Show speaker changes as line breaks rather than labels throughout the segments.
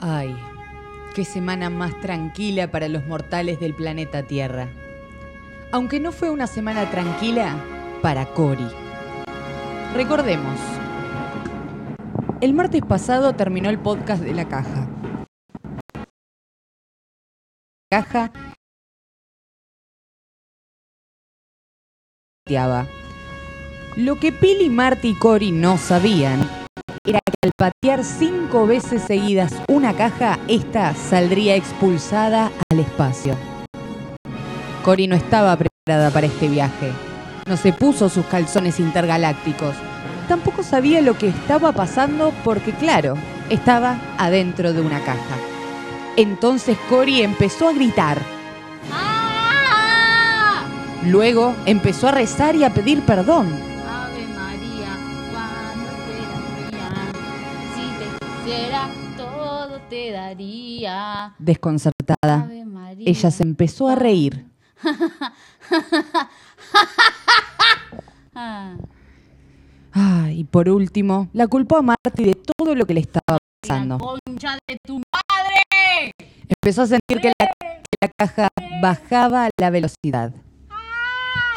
Ay, qué semana más tranquila para los mortales del planeta Tierra. Aunque no fue una semana tranquila para Cory. Recordemos, el martes pasado terminó el podcast de la caja. La caja pateaba. Lo que Pili, Marty y Cory no sabían era que al patear cinco veces seguidas una caja, esta saldría expulsada al espacio. Cory no estaba preparada para este viaje. No se puso sus calzones intergalácticos. Tampoco sabía lo que estaba pasando porque, claro, estaba adentro de una caja. Entonces Cory empezó a gritar.
¡Ah!
Luego empezó a rezar y a pedir perdón.
Ave María, cuando fueras mía, si te quisiera todo te daría.
Desconcertada,
Ave María.
ella se empezó a reír.
Ah,
Ah, y por último, la culpó a Marty de todo lo que le estaba pasando.
concha de tu madre.
Empezó a sentir que la, que la caja bajaba a la velocidad.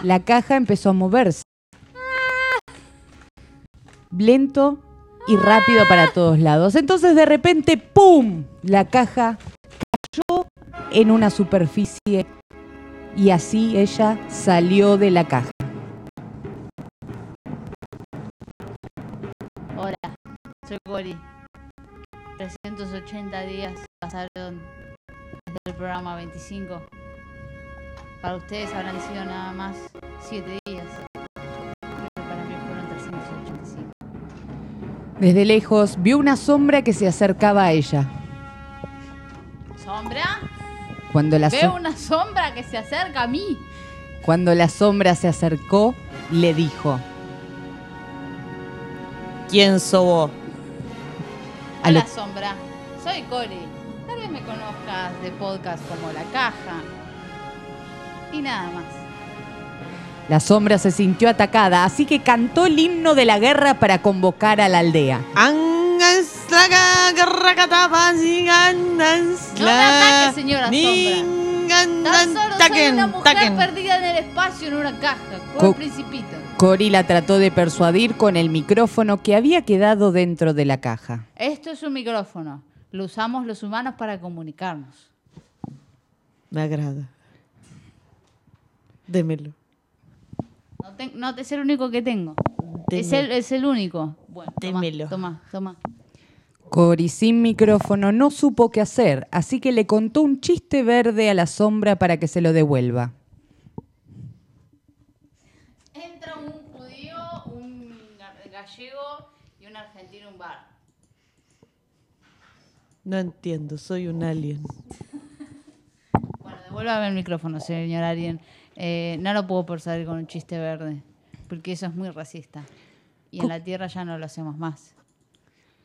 La caja empezó a moverse. Lento y rápido para todos lados. Entonces de repente, ¡pum! La caja cayó en una superficie y así ella salió de la caja.
Hola, soy Cori. 380 días pasaron desde el programa 25. Para ustedes habrán sido nada más 7 días. Pero para mí fueron 385.
Desde lejos vio una sombra que se acercaba a ella.
¿Sombra?
Cuando la,
Veo
som-
una sombra que se acerca a mí.
Cuando la sombra se acercó, le dijo
¿Quién sobó?
a lo
Hola, sombra. Soy Cori. Tal vez me conozcas de podcast como La Caja. Y nada más.
La sombra se sintió atacada, así que cantó el himno de la guerra para convocar a la aldea.
No me ataques, señora sombra. Tan solo soy una mujer
Taquen,
perdida en el espacio en una caja,
Co-
con un principito.
Cory la trató de persuadir con el micrófono que había quedado dentro de la caja.
Esto es un micrófono. Lo usamos los humanos para comunicarnos.
Me agrada. Démelo.
No, te- no, es el único que tengo. Es
Deme-
el, es el único. Bueno, toma,
Démelo.
toma, toma.
Cory sin micrófono no supo qué hacer, así que le contó un chiste verde a la sombra para que se lo devuelva.
Entra un judío, un ga- gallego y un argentino a un bar.
No entiendo, soy un alien.
Bueno, devuélvame el micrófono, señor Arien. Eh, no lo puedo por salir con un chiste verde, porque eso es muy racista. Y en la Tierra ya no lo hacemos más.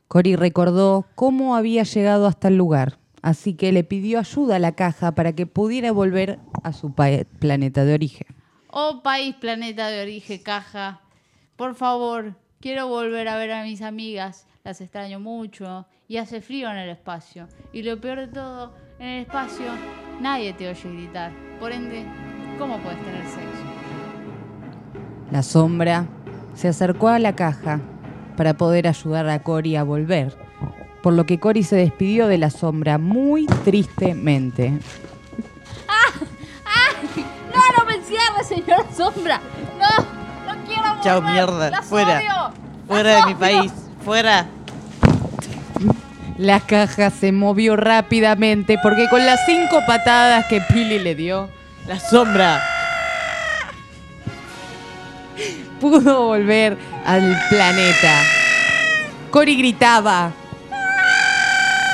Cory recordó cómo había llegado hasta el lugar, así que le pidió ayuda a la caja para que pudiera volver a su pa- planeta de origen.
Oh país, planeta de origen, caja. Por favor, quiero volver a ver a mis amigas. Las extraño mucho. Y hace frío en el espacio. Y lo peor de todo, en el espacio nadie te oye gritar. Por ende, ¿cómo puedes tener sexo?
La sombra se acercó a la caja para poder ayudar a Cory a volver, por lo que Cory se despidió de la sombra muy tristemente.
No, no me encierres, señora Sombra. No, no quiero volver.
Chao, mierda.
Las
Fuera.
odio.
Fuera de mi país, fuera.
La caja se movió rápidamente porque con las cinco patadas que Pili le dio,
La sombra.
pudo volver al planeta. Cory gritaba.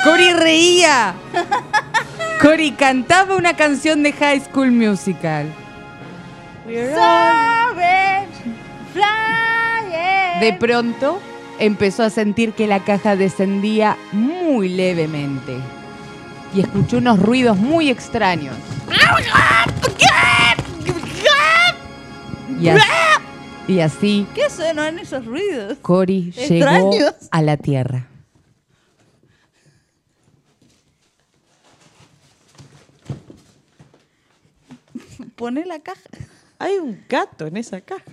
Cory reía. Cory cantaba una canción de High School Musical.
Sobe, flyer.
De pronto empezó a sentir que la caja descendía muy levemente y escuchó unos ruidos muy extraños. Y así, y así
¿Qué sonan esos ruidos?
Cory llegó
Extraños.
a la Tierra.
poné la caja,
Hay un gato en esa caja.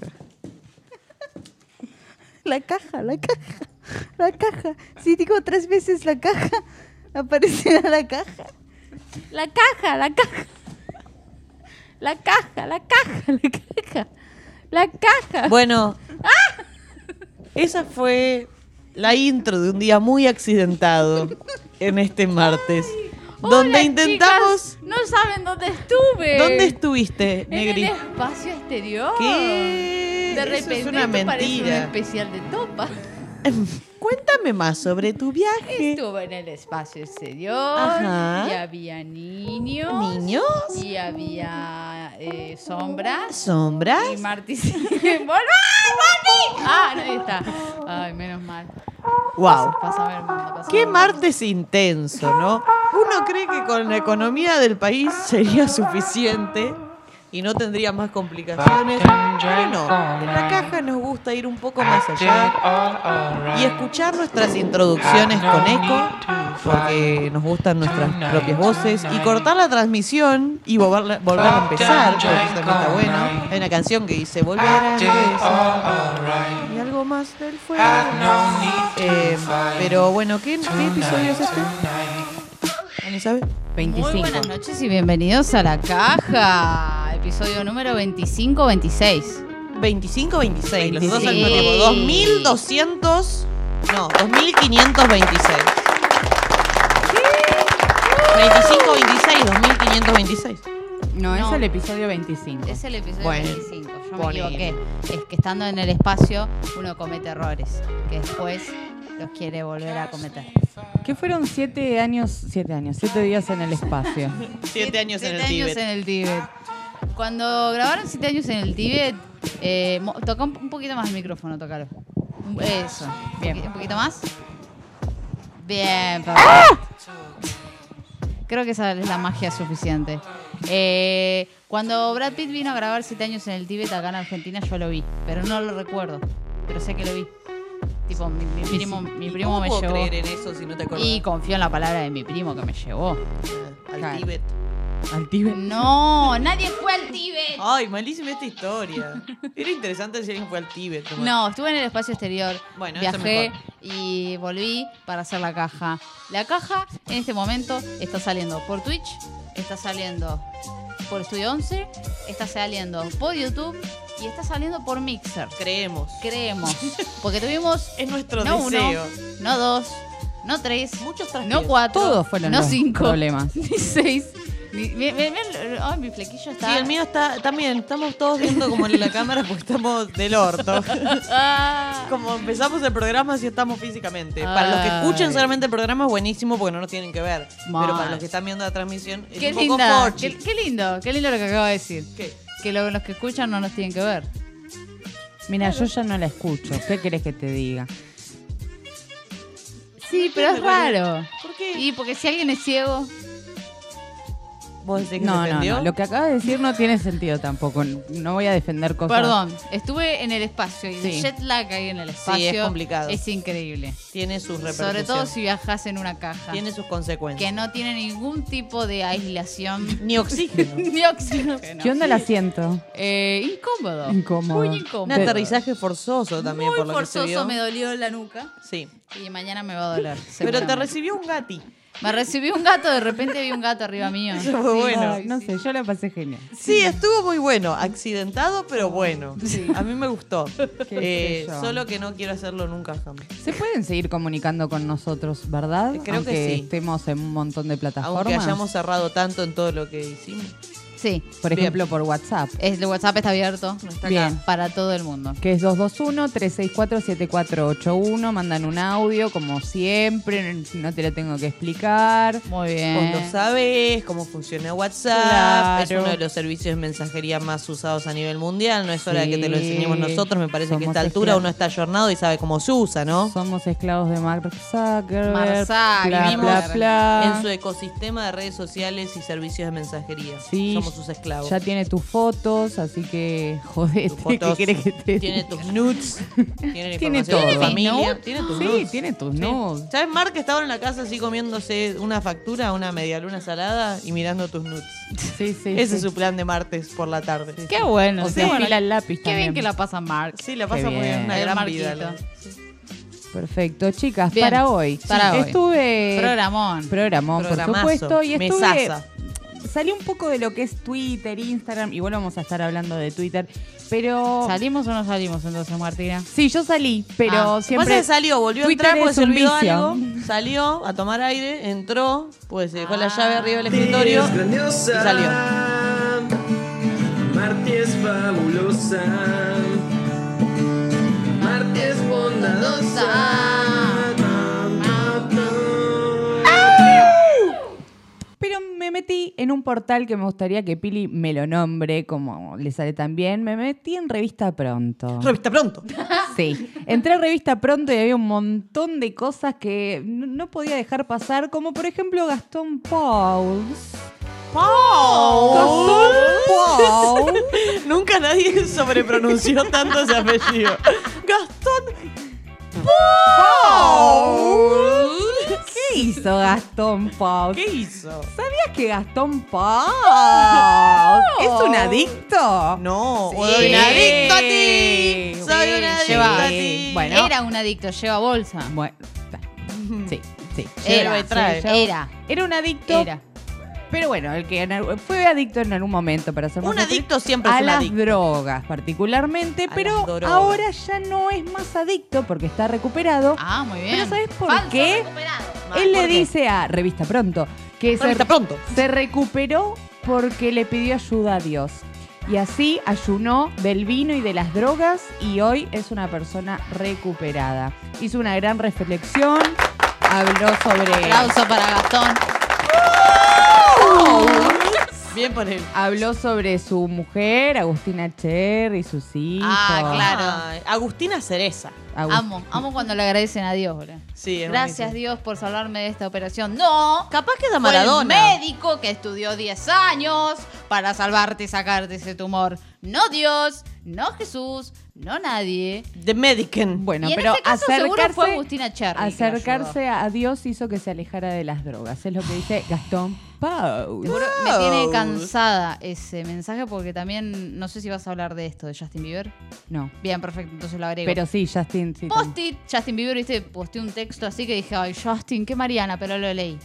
la caja, la caja, la caja. Si digo tres veces la caja, aparecerá la caja. La caja, la caja. La caja, la caja, la caja. La caja.
Bueno. Esa fue la intro de un día muy accidentado en este martes. donde
Hola,
intentamos.
chicas, no saben dónde estuve.
¿Dónde estuviste,
En
Negri?
el espacio exterior.
¿Qué?
De
Eso
repente
es una
esto parece un
mentira.
especial de topa.
Cuéntame más sobre tu viaje.
Estuve en el espacio exterior
Ajá.
y había niños.
¿Niños?
Y había eh, sombras. Y
¿Sombras?
Marti se ¡Volvá, Marti! Ah, no, ahí está. Ay, menos mal.
¡Wow!
Pásame el mundo, pásame
Qué
el mundo.
martes intenso, ¿no? Uno cree que con la economía del país sería suficiente y no tendría más complicaciones. Pero no, en la caja nos gusta ir un poco más allá y escuchar nuestras introducciones con eco, porque nos gustan nuestras propias voces, y cortar la transmisión y volverla- volver a empezar, porque eso también está bueno. Hay una canción que dice volver a empezar y algo más del fuego. Eh, pero bueno, ¿qué, ¿qué episodio es este? ¿Ani sabe?
25.
Muy buenas noches y bienvenidos a La Caja, episodio número 25-26.
25, 26, los dos al mismo
26.
tiempo. 2200. No, 2526. 25, 26, 2526.
No, es
No.
el episodio 25.
Es el episodio
Bueno,
25, yo me
ponele.
equivoqué. Es que estando en el espacio uno comete errores, que después los quiere volver a cometer.
Que fueron siete años, siete años, siete días en el espacio.
Siete años en el
Siete años
Tíbet.
en el Tíbet. Cuando grabaron Siete años en el Tíbet, eh, mo- toca un, un poquito más el micrófono, tocalo. Un- Eso.
Bien.
Un poqui- un poquito más. Bien,
Ah.
perfecto. Creo que esa es la magia suficiente. Eh, cuando Brad Pitt vino a grabar Siete años en el Tíbet acá en Argentina, yo lo vi, pero no lo recuerdo. Pero sé que lo vi. Tipo, mi, mi primo, mi primo me
¿Cómo puedo
llevó.
creer en eso si no te acordás?
Y confío en la palabra de mi primo que me llevó.
Al
Claro.
Tíbet.
Al Tíbet.
No, nadie fue al Tíbet.
Ay, malísima esta historia. Era interesante si alguien fue al Tíbet. nomás.
No, estuve en el espacio exterior.
Bueno, eso
viajé
mejor.
y volví para hacer la caja. La caja en este momento está saliendo por Twitch, está saliendo por Studio 11, está saliendo por YouTube y está saliendo por Mixer.
Creemos.
Creemos, porque tuvimos
Es nuestro
no uno,
deseo.
no dos, no tres,
Muchos tras
no
pies.
cuatro,
Todos fueron
no
los
cinco,
problemas.
ni seis. ni- ve- ve- ve- ay, mi flequillo está.
Sí, el mío está también. Estamos todos viendo como en la cámara porque estamos del orto.
Ah.
Como empezamos el programa, así estamos físicamente. Para los que
Ay.
escuchen solamente el programa es buenísimo porque no nos tienen que ver.
Mal.
Pero para los que están viendo la transmisión, es
Qué
un poco
linda,
forchi.
qué, qué lindo, qué lindo lo que acabo de decir.
¿Qué?
Que lo- los que escuchan no nos tienen que ver.
Mira, yo ya no la escucho. ¿Qué querés que te diga?
Sí, pero es raro.
¿Por qué?
Y porque si alguien es ciego,
¿Vos decís que
No,
se
no,
entendió?
no. Lo que acabas de decir no tiene sentido tampoco. No voy a defender cosas.
perdón, estuve en el espacio y
Sí.
el jet lag ahí en el espacio
es complicado.
es increíble.
Tiene sus
Sobre
repercusiones.
todo si viajas en una caja
Tiene sus
que
consecuencias.
no tiene ningún tipo de aislación
Ni oxígeno.
ni oxígeno.
¿Qué onda el asiento?
Eh, incómodo.
Incómodo.
Muy
Un
incómodo.
aterrizaje forzoso también,
Muy
por lo que se vio.
forzoso, me dolió la nuca
Sí.
y mañana me va a doler.
Pero te
seguramente.
recibió un gati.
Me recibió un gato, de repente vi un gato arriba mío.
Eso fue bueno.
Ay, no sé, yo la pasé genial.
Sí, estuvo muy bueno. Accidentado, pero bueno. A mí me gustó. Eh,
sé yo.
solo que no quiero hacerlo nunca jamás.
Se pueden seguir comunicando con nosotros, ¿verdad?
Creo que
Aunque
sí.
estemos en un montón de plataformas.
Aunque hayamos cerrado tanto en todo lo que hicimos.
Sí,
Por
Bien.
ejemplo, por WhatsApp,
es- el WhatsApp está abierto
Está acá.
Bien.
para todo el mundo.
que es 221-364-7481. Mandan un audio, como siempre, no te lo tengo que explicar.
Muy
Vos
bien.
lo sabés, cómo funciona WhatsApp.
Eh. Claro.
Es uno de los servicios de mensajería más usados a nivel mundial. No es hora de que te lo
Sí.
enseñemos nosotros. Me parece que a
Somos
esta altura
esclavos.
uno está ayornado y sabe cómo se usa, ¿no?
Somos esclavos de Mark Zuckerberg.
Mark
bla,
Zuckerberg.
bla, bla.
En su ecosistema de redes sociales y servicios de mensajería.
Sí,
Somos sus esclavos.
Ya tiene tus fotos, así que jodete,
Tus fotos,
¿qué querés que te
Tiene
diga?
tus nudes, tiene la
Tiene
información de tu
todo.
familia, tiene tus
Sí,
nudes.
tiene tus
Sí.
nudes.
¿Sabes, Mar, que estaba en la casa así comiéndose una factura, una medialuna salada y mirando tus nudes?
Sí, sí.
Ese
sí.
es su plan de martes por la tarde.
Qué bueno.
O
qué
sea,
bueno.
fila el lápiz
Qué
también.
bien que la pasa Mark.
Sí, la pasa
Qué
muy bien, una
El
gran
Marquito.
vida. la-
Perfecto, chicas,
Bien,
para hoy.
para hoy.
Estuve
Programón.
programón, por
Programazo,
supuesto, y estuve
mesaza.
salí un poco de lo que es Twitter, Instagram, igual vamos a estar hablando de Twitter, pero
¿Salimos o no salimos entonces, Martina?
Sí, yo salí, pero
Ah.
siempre
Pasa que salió, volvió
Twitter
a entrar porque
es
se
un
olvidó
vicio.
algo. Salió a tomar aire, entró, pues se dejó la llave arriba del escritorio.
Marti es grandiosa.
y salió.
Marti es fabulosa. Marti es bondadosa.
Pero me metí en un portal que me gustaría que Pili me lo nombre, como le sale tan bien. Me metí en Revista Pronto.
Revista pronto.
Sí. Entré a Revista Pronto y había un montón de cosas que no no podía dejar pasar, como por ejemplo Gastón Pauls. Gastón Pauls.
Nunca nadie sobrepronunció tanto ese apellido. Gastón.
¿Qué hizo Gastón Pauls?
¿Qué hizo?
¿Sabías que Gastón Pauls es un adicto?
No,
Sí.
soy un adicto a ti. Soy
Sí,
un adicto
lleva.
a ti.
Bueno.
Era un adicto, lleva bolsa.
Bueno, sí, sí.
Lleva
Era,
y trae.
sí, era,
Era un adicto,
era.
pero bueno, el que en al- fue adicto en algún momento para ser más
Un
exactos,
adicto siempre es
a
un
las
adicto.
drogas particularmente,
A
pero
las drogas.
ahora ya no es más adicto porque está recuperado.
Ah, muy bien.
Pero ¿sabes por
Falso
qué?
recuperado.
Él
¿por
le
qué?
dice a Revista Pronto que se,
Revista pronto.
se recuperó porque le pidió ayuda a Dios. Y así ayunó del vino y de las drogas y hoy es una persona recuperada. Hizo una gran reflexión, habló sobre...
Aplauso para Gastón.
Bien por él.
Habló sobre su mujer, Agustina Cher, y sus hijos.
Ah, claro.
Ay, Agustina Cereza.
Agus-
Amo, amo cuando le agradecen a Dios, boludo.
Sí, es
Gracias
buenísimo.
Dios por salvarme de esta operación. No,
Capaz que da
fue el
Maradona.
médico que estudió 10 años para salvarte y sacarte ese tumor. No Dios, no Jesús, no nadie.
The Medican.
Bueno,
y en
pero
este caso seguro
acercarse,
fue Agustina Cherry. que lo ayudó.
acercarse a Dios hizo que se alejara de las drogas. Es lo que dice Gastón Pau.
Seguro Me tiene cansada ese mensaje porque también no sé si vas a hablar de esto, de Justin Bieber.
No.
Bien, perfecto, entonces lo agrego.
Pero sí, Justin, sí. tam-
Post-it, Justin Bieber, viste, posteé un texto así que dije, ay, Justin, qué Mariana, pero lo leí.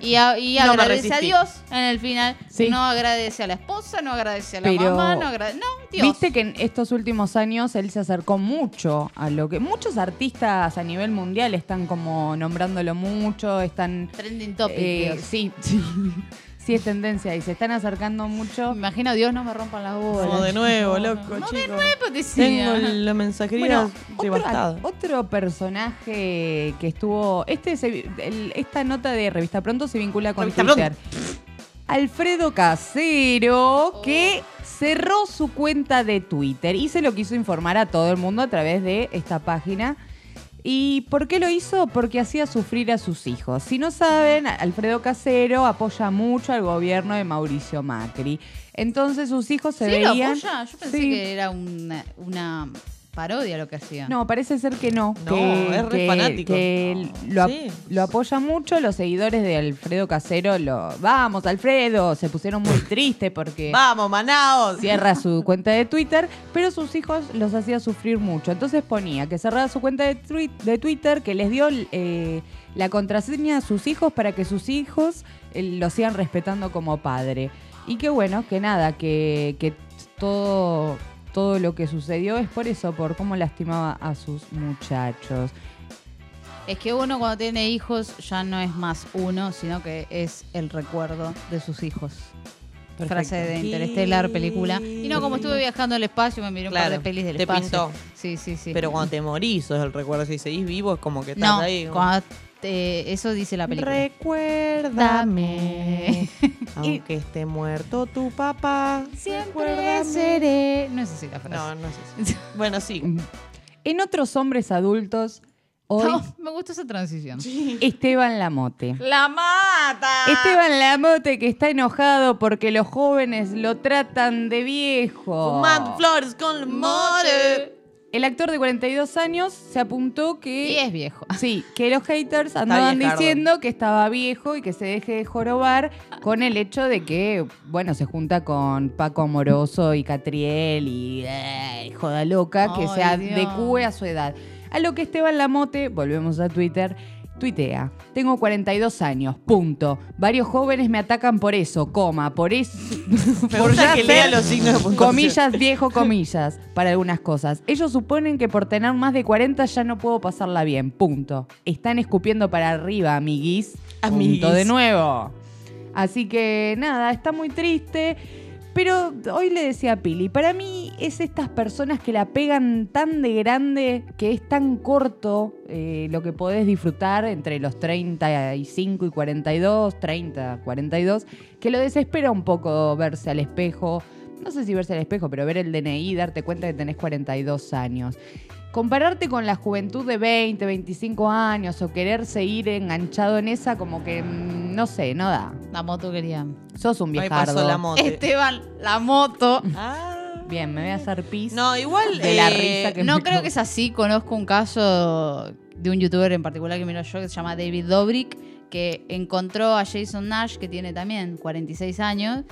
Y, a- y
No me
agradece a
resistí.
Dios en el final.
Sí.
No agradece a la esposa, no agradece a la
Pero-
mamá, no agradece. No, Dios.
Viste que en estos últimos años él se acercó mucho a lo que muchos artistas a nivel mundial están como nombrándolo mucho, están...
Trending topic.
eh,
Dios.
sí, sí, sí es tendencia y se están acercando mucho.
Me imagino, Dios, no me rompan las bolas.
No, de nuevo, loco,
No, de
chico.
nuevo, decía.
Tengo la mensajería
Bueno,
devastada.
otro, otro personaje que estuvo. Este se vi- el- esta nota de Revista Pronto se vincula con
Revista
Twitter. Alfredo Casero,
Oh.
que cerró su cuenta de Twitter y se lo quiso informar a todo el mundo a través de esta página. ¿Y por qué lo hizo? Porque hacía sufrir a sus hijos. Si no saben, Alfredo Casero apoya mucho al gobierno de Mauricio Macri. Entonces sus hijos se
¿Sí lo
veían.
apoya? Yo pensé
Sí.
que era una, una parodia lo que hacía.
No, parece ser que no.
No,
que,
es re
que-
fanático.
que
No,
lo, ap-
sí.
lo apoya mucho. Los seguidores de Alfredo Casero lo. Vamos, Alfredo. Se pusieron muy tristes porque
Vamos, Manaos.
cierra su cuenta de Twitter, pero sus hijos los hacía sufrir mucho. Entonces ponía que cerraba su cuenta de, twi- de Twitter, que les dio eh, la contraseña a sus hijos para que sus hijos eh, lo sigan respetando como padre. Y que bueno, que nada, que, que todo, todo lo que sucedió es por eso, por cómo lastimaba a sus muchachos.
Es que uno cuando tiene hijos ya no es más uno, sino que es el recuerdo de sus hijos. Frase de Interstellar, película. Y no, como estuve viajando al espacio, me miré un par
Claro,
de pelis del
te
espacio.
pintó.
Sí, sí, sí.
Pero cuando te morís, sos el recuerdo. Si seguís vivo, es como que estás
no,
ahí. como,
cuando te- eso dice la película.
Recuérdame. aunque esté muerto tu papá.
Siempre
recuérdame".
seré. No es así la frase.
No, no sé. Bueno, sí.
En otros hombres adultos, hoy
me gusta esa transición.
Esteban Lamote.
¡La mata!
Esteban Lamote que está enojado porque los jóvenes lo tratan de viejo.
Fumando flores con more.
El actor de 42 años se apuntó que...
Y es viejo.
Sí, que los haters andaban
viejardo.
diciendo que estaba viejo y que se deje de jorobar con el hecho de que, bueno, se junta con Paco Amoroso y Catriel y eh, joda loca, que
Ay,
se adecue
Dios.
a su edad. A lo que Esteban Lamote, volvemos a Twitter, tuitea, tengo 42 años, punto. Varios jóvenes me atacan por eso, coma, por eso...
Me
por
gusta
ya
que
ser-
lea los signos de puntuación.
Comillas, viejo, comillas, para algunas cosas. Ellos suponen que por tener más de 40 ya no puedo pasarla bien, punto. Están escupiendo para arriba, amiguis.
Amiguis.
Punto de nuevo. Así que nada, está muy triste. Pero hoy le decía a Pili, para mí es estas personas que la pegan tan de grande que es tan corto eh, lo que podés disfrutar entre los 35 y 42, 30, 42, que lo desespera un poco verse al espejo. No sé si verse al espejo, pero ver el DNI, darte cuenta que tenés 42 años. Compararte con la juventud de 20, 25 años o querer seguir enganchado en esa, como que mm, no sé, no da.
La moto quería.
Sos un
Ahí
viejardo.
pasó la moto.
Esteban, la moto.
Ah.
Bien, me voy a hacer pis.
No, igual.
De la
eh,
risa que-
No creo que es así. Conozco un caso de un youtuber en particular que miro yo que se llama David Dobrik, que encontró a Jason Nash, que tiene también 46 años.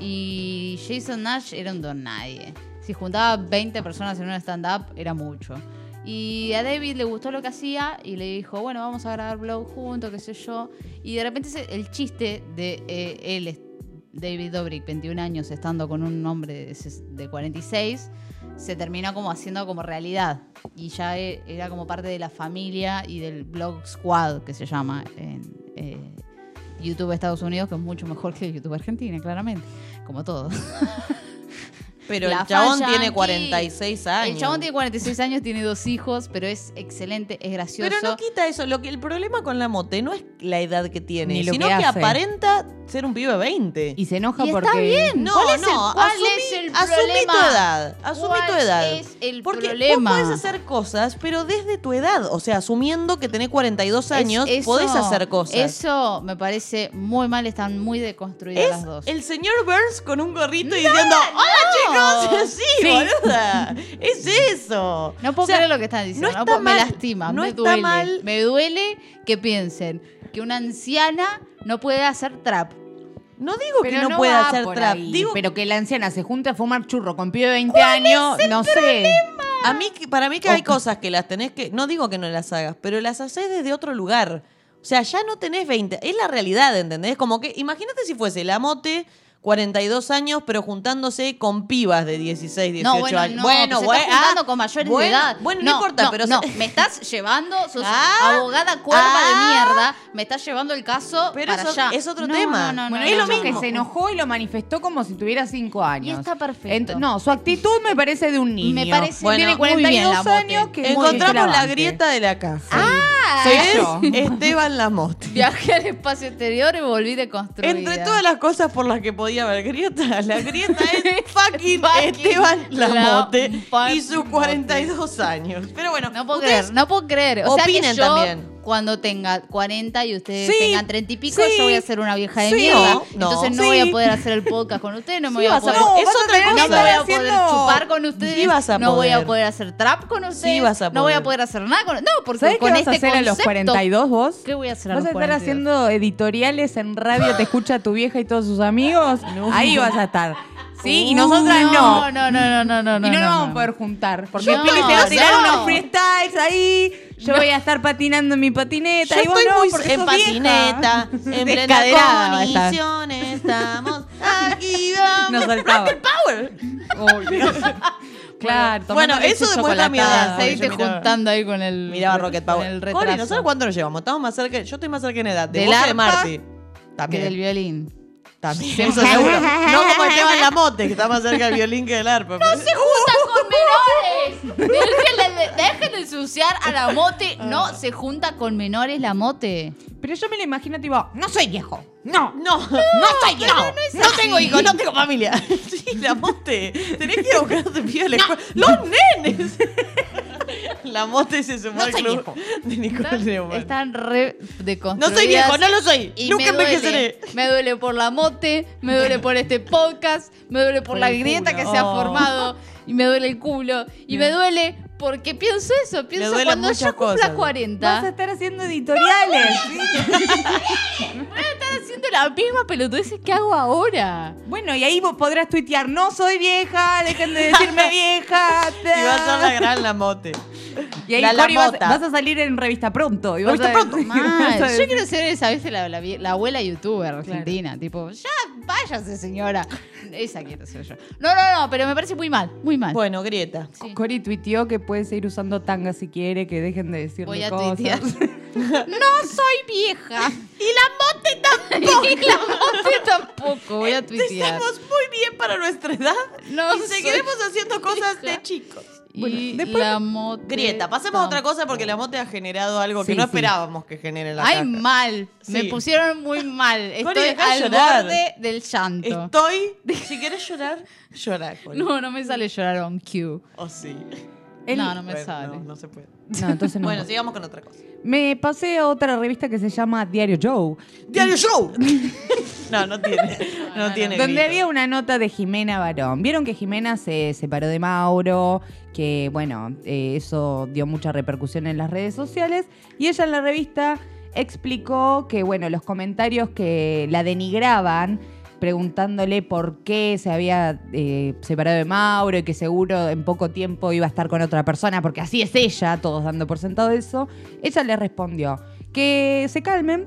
Y Jason Nash era un don nadie. Si juntaba 20 personas en un stand-up, era mucho. Y a David le gustó lo que hacía y le dijo, bueno, vamos a grabar vlog juntos, qué sé yo. Y de repente se- el chiste de eh, él, es- David Dobrik, 21 años, estando con un hombre de ses- de 46, se terminó como haciendo como realidad. Y ya e- era como parte de la familia y del blog squad que se llama en eh, YouTube Estados Unidos, que es mucho mejor que YouTube Argentina, claramente, como todo.
Pero
La
el chabón
fan
tiene
yankee.
46 años.
El chabón tiene 46 años, tiene dos hijos, pero es excelente, es gracioso.
Pero no quita eso. Lo que, el problema con la mote no es la edad que tiene,
Ni lo
sino
que
que,
hace.
aparenta ser un pibe de 20.
Y se enoja
Y
porque.
está bien.
no,
¿Cuál es
no,
el- cuál
asumí,
es el
asumí tu
problema?
edad. Asumí tu
¿Cuál
edad.
es el
Porque
problema?
vos podés hacer cosas, pero desde tu edad. O sea, asumiendo que tenés 42
Es-
años,
eso-
podés hacer cosas.
Eso me parece muy mal, están muy deconstruidas
Es
las dos.
el señor Burns con un gorrito y diciendo, hola chicos, sí, boluda. Es eso.
No puedo
O sea,
creer lo que están diciendo.
no
No,
está
puedo-
mal,
me lastima,
no
me
está
duele.
mal.
Me duele que piensen que una anciana no puede hacer trap.
No digo que
Pero
no,
no
pueda
va
hacer
por
trap.
ahí.
Digo,
pero que la anciana se junta a fumar churro con pibe de 20 años, no sé.
a mí, que- para mí que hay cosas que las tenés que. No digo que no las hagas, pero las haces desde otro lugar. O sea, ya no tenés 20. Es la realidad, ¿entendés? Como que, imagínate si fuese la mote. 42 años, pero juntándose con pibas de 16, 18
No, bueno,
años.
no,
bueno,
se
bueno,
está juntando
ah,
con mayores
bueno,
de edad.
Bueno, no, importa, pero
no,
se-
me estás llevando, sos
Ah,
abogada cuerva
ah,
de mierda, me estás llevando el caso
Pero
para
eso-
allá.
es otro
No, no,
tema.
no,
Bueno,
no,
es
no,
lo
no.
mismo. Que se enojó y lo manifestó como si tuviera 5 años.
está perfecto.
Ent- no, su actitud me parece de un niño.
Me parece
Bueno,
tiene
muy
42
años que-
Encontramos la
extravagante.
grieta de la casa.
Ah,
Soy
es
yo.
Esteban Lamote.
Viajé al espacio exterior y volví de construir.
Entre todas las cosas por las que podía haber grieta, la grieta es fucking
Fucking
Esteban Lamote
la-
y sus 42 años. Pero bueno,
No puedo
ustedes-
creer, no puedo creer. O sea que
opinen
yo,
también.
cuando tenga 40 y ustedes
Sí,
tengan 30 y pico,
sí,
yo voy a ser una vieja de
sí,
mierda.
no, no,
entonces no
sí.
voy a poder hacer el podcast con ustedes, no me voy a
vas a
poder.
poder.
no,
es
vas a
otra
tener que
cosa.
me
estar
voy a poder
haciendo-
chupar con ustedes.
Sí vas a
no voy a
poder.
poder hacer trap con ustedes.
vas a
No voy a
poder.
poder hacer nada con. No, porque
¿Sabés
con
qué vas
este
a hacer
concepto,
a los 42 vos?
¿Qué voy a hacer a
¿Vas
los
a estar
42?
haciendo editoriales en radio? ¿Te escucha tu vieja y todos sus amigos? Ahí vas a estar. Sí, y nosotras no.
Uh, No, no, no, no, no, no.
y no, nos vamos a
no.
poder juntar. Porque
No,
Pili se va a tirar
no.
unos freestyles ahí. Yo voy a estar patinando en mi patineta.
Yo
y vos
estoy
no,
muy
porque
en
sos vieja.
patineta, en plena
Descaderada va a estar.
condición estamos aquí vamos.
Nos saltaba.
Rock and power.
Claro, tomando
Bueno,
leche
eso demuestra mi
chocolatada.
edad.
Seguiste
Yo miraba-
juntando ahí con el.
Miraba Rocket
con
Power.
el
Cori,
retraso.
¿nosotros cuánto nos llevamos? Estamos más cerca, yo estoy más cerca en edad. De
Del
vos
arpa
que de Marti.
Que del
También.
violín.
También. Eso seguro. No como Esteban Lamote, que está más cerca del violín que del arpa. pero-
juntan con menores. Déjenle, dejen de ensuciar a la mote.
Ah.
No se junta con menores la mote.
Pero yo me lo imagino tipo, no soy viejo. No.
No, no, estoy no, no, tengo hijos, no tengo familia. Sí, la mote. Tenés que ir a buscar a tu pibe a la escuela. ¡Los nenes! La mote se sumó
No
al
soy
club de Nicole
Están,
Neumann.
están re deconstruidas.
No soy viejo, no lo soy.
Y
Nunca
me duele,
envejeceré.
me duele por la mote, me duele por este podcast, me duele por,
Por
la
el
grieta
culo.
que se ha
Oh.
formado, y me duele el culo, y me duele porque pienso eso, pienso
duelen
cuando
muchas
yo cumpla
cosas.
40,
Vas a estar haciendo editoriales.
están haciendo la misma pelotudez que hago ahora.
Bueno, y ahí vos podrás tuitear, no soy vieja, dejen de decirme vieja.
Y va a ser la gran la mote.
Y ahí
la
Cori, vas,
lamota.
vas a salir en revista pronto. Y vas
Revista
a-
Pronto.
y vas
Mal.
a-
Yo quiero ser esa, ¿viste? La, la vie- la abuela youtuber argentina. Tipo, ya váyase, señora. Esa quiero ser yo. No, no, no, pero me parece muy mal, muy mal.
Bueno, grieta.
Sí.
Cori tuiteó que puede seguir usando tanga si quiere, que dejen de decirle
Voy a
cosas.
tuitear. No soy vieja. Y la mote tampoco. y la mote tampoco. Voy a tuitear.
Eh, Estamos muy bien para nuestra edad.
No
y
soy
seguiremos haciendo cosas de
vieja.
chicos.
Y
Bueno, después-
la mote.
Grieta, pasemos a otra cosa porque la mote ha generado algo que
Sí,
no
sí.
esperábamos que genere la
Ay,
caca.
mal. Me
Sí.
pusieron muy mal.
Cori,
Estoy
dejá de
al
llorar.
borde del llanto.
Estoy. Si quieres llorar, llorar.
No, no me sale llorar on cue.
O sí.
El-
No, no me
Bueno,
sale.
No, no se puede.
No, entonces no.
Bueno, sigamos con otra cosa.
Me pasé a otra revista que se llama Diario Joe,
Diario Show. no, no tiene. No,
no,
tiene.
donde
grito.
había una nota de Jimena Barón. Vieron que Jimena se separó de Mauro, que bueno, eh, eso dio mucha repercusión en las redes sociales. Y ella en la revista explicó que bueno, los comentarios que la denigraban preguntándole por qué se había eh, separado de Mauro y que seguro en poco tiempo iba a estar con otra persona, porque así es ella, todos dando por sentado eso, ella le respondió que se calmen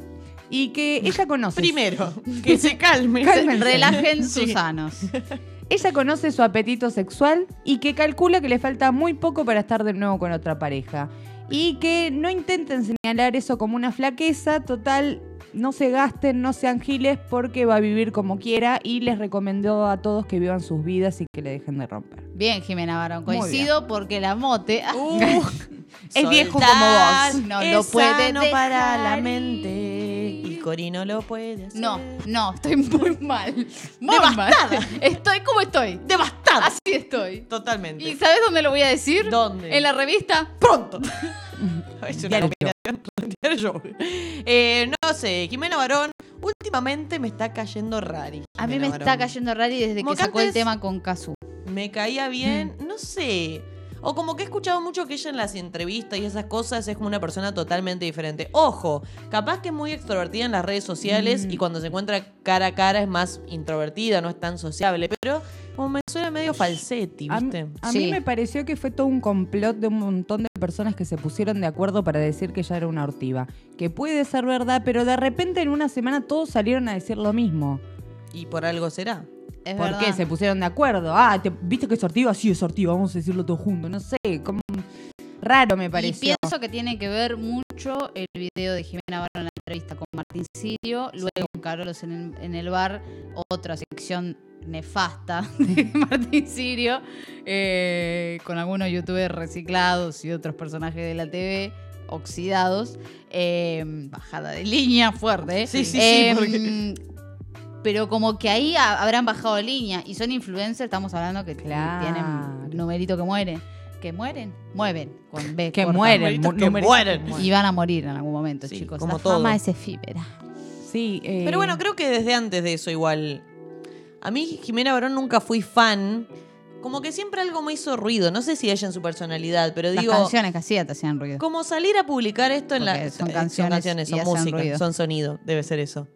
y que ella conoce...
Primero, que se calme.
Cálmense.
Relajen sus sanos.
Ella conoce su apetito sexual y que calcula que le falta muy poco para estar de nuevo con otra pareja. Y que no intenten señalar eso como una flaqueza, total, no se gasten, no sean giles porque va a vivir como quiera y les recomendó a todos que vivan sus vidas y que le dejen de romper.
Bien, Jimena Barón,
Muy bien.
coincido porque la mote.
Uh,
Es viejo
soltar
como
vos. No lo
esa
puede
no para
dejar
la
ir.
mente. Y Cori no lo puede hacer.
No, no, estoy muy mal. Muy
Devastada.
mal. Estoy como estoy.
Devastada.
Así estoy.
Totalmente.
¿Y sabes dónde lo voy a decir?
¿Dónde?
En la revista.
pronto. es una
Diario
combinación diario show. Eh, no sé, Jimena Barón, últimamente me está cayendo rari.
A mí
Jimena
me
Barón.
está cayendo rari desde
Como
que
que
sacó el
antes-
tema con Kazu.
Me caía bien, no sé. O como que he escuchado mucho que ella en las entrevistas y esas cosas es como una persona totalmente diferente. Ojo, capaz que es muy extrovertida en las redes sociales
Mm.
y cuando se encuentra cara a cara es más introvertida, no es tan sociable. Pero como me suena medio falsetti,
A, m-
¿viste?
a
Sí.
mí me pareció que fue todo un complot de un montón de personas que se pusieron de acuerdo para decir que ella era una ortiva. Que puede ser verdad, pero de repente en una semana todos salieron a decir lo mismo.
Y por algo será.
Es
¿Por
verdad.
qué? ¿Se pusieron de acuerdo? Ah, te- ¿viste que es sortiva? Sí, es sortiva, vamos a decirlo todo juntos. No sé, como raro me
Y
pareció.
pienso que tiene que ver mucho el video de Jimena Barón en la entrevista con Martín Sirio, luego con Carolos en el, en el bar, otra sección nefasta de Martín Sirio, eh, con algunos youtubers reciclados y otros personajes de la TV oxidados, eh, bajada de línea fuerte. eh.
Sí, sí, sí,
Eh,
porque-
Pero como que ahí ha- habrán bajado de línea y son influencers, estamos hablando que
Claro.
tienen numerito que mueren. Que mueren, mueven con B.
Que
corta.
mueren,
numeritos
mu-
que
numeritos
mueren.
Y van a morir en algún momento,
Sí,
chicos.
como
La
todo.
fama es efímera.
Sí, eh,
Pero bueno, creo que desde antes de eso igual. A mí Jimena Barón nunca fui fan. Como que siempre algo me hizo ruido. No sé si ella en su personalidad, pero
Las
digo...
canciones que hacía te hacían ruido.
Como salir a publicar esto en
Porque
la...
son
eh,
canciones y
son
hacen
música,
ruido.
son sonido. Debe ser eso.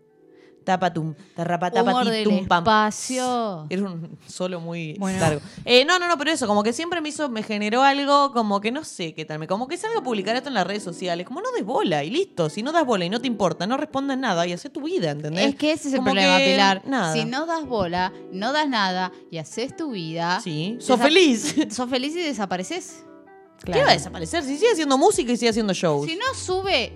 Tapatum,
Humor del
tarrapatapatum, pam.
espacio.
Era un solo muy
Bueno.
largo. Eh, no, no, no, pero eso, como que siempre me hizo, me generó algo, como que no sé qué tal. me- Como que salga a publicar esto en las redes sociales, como no des bola y listo. Si no das bola y no te importa, no respondas nada y hace tu vida, ¿entendés?
Es que ese es el
Como
problema,
que
Pilar.
Nada.
Si no das bola, no das nada y haces tu vida,
Sí. Sos
Desa-
feliz.
sos feliz y desapareces.
¿Qué va a desaparecer? Si sigue haciendo música y sigue haciendo shows.
Si no sube,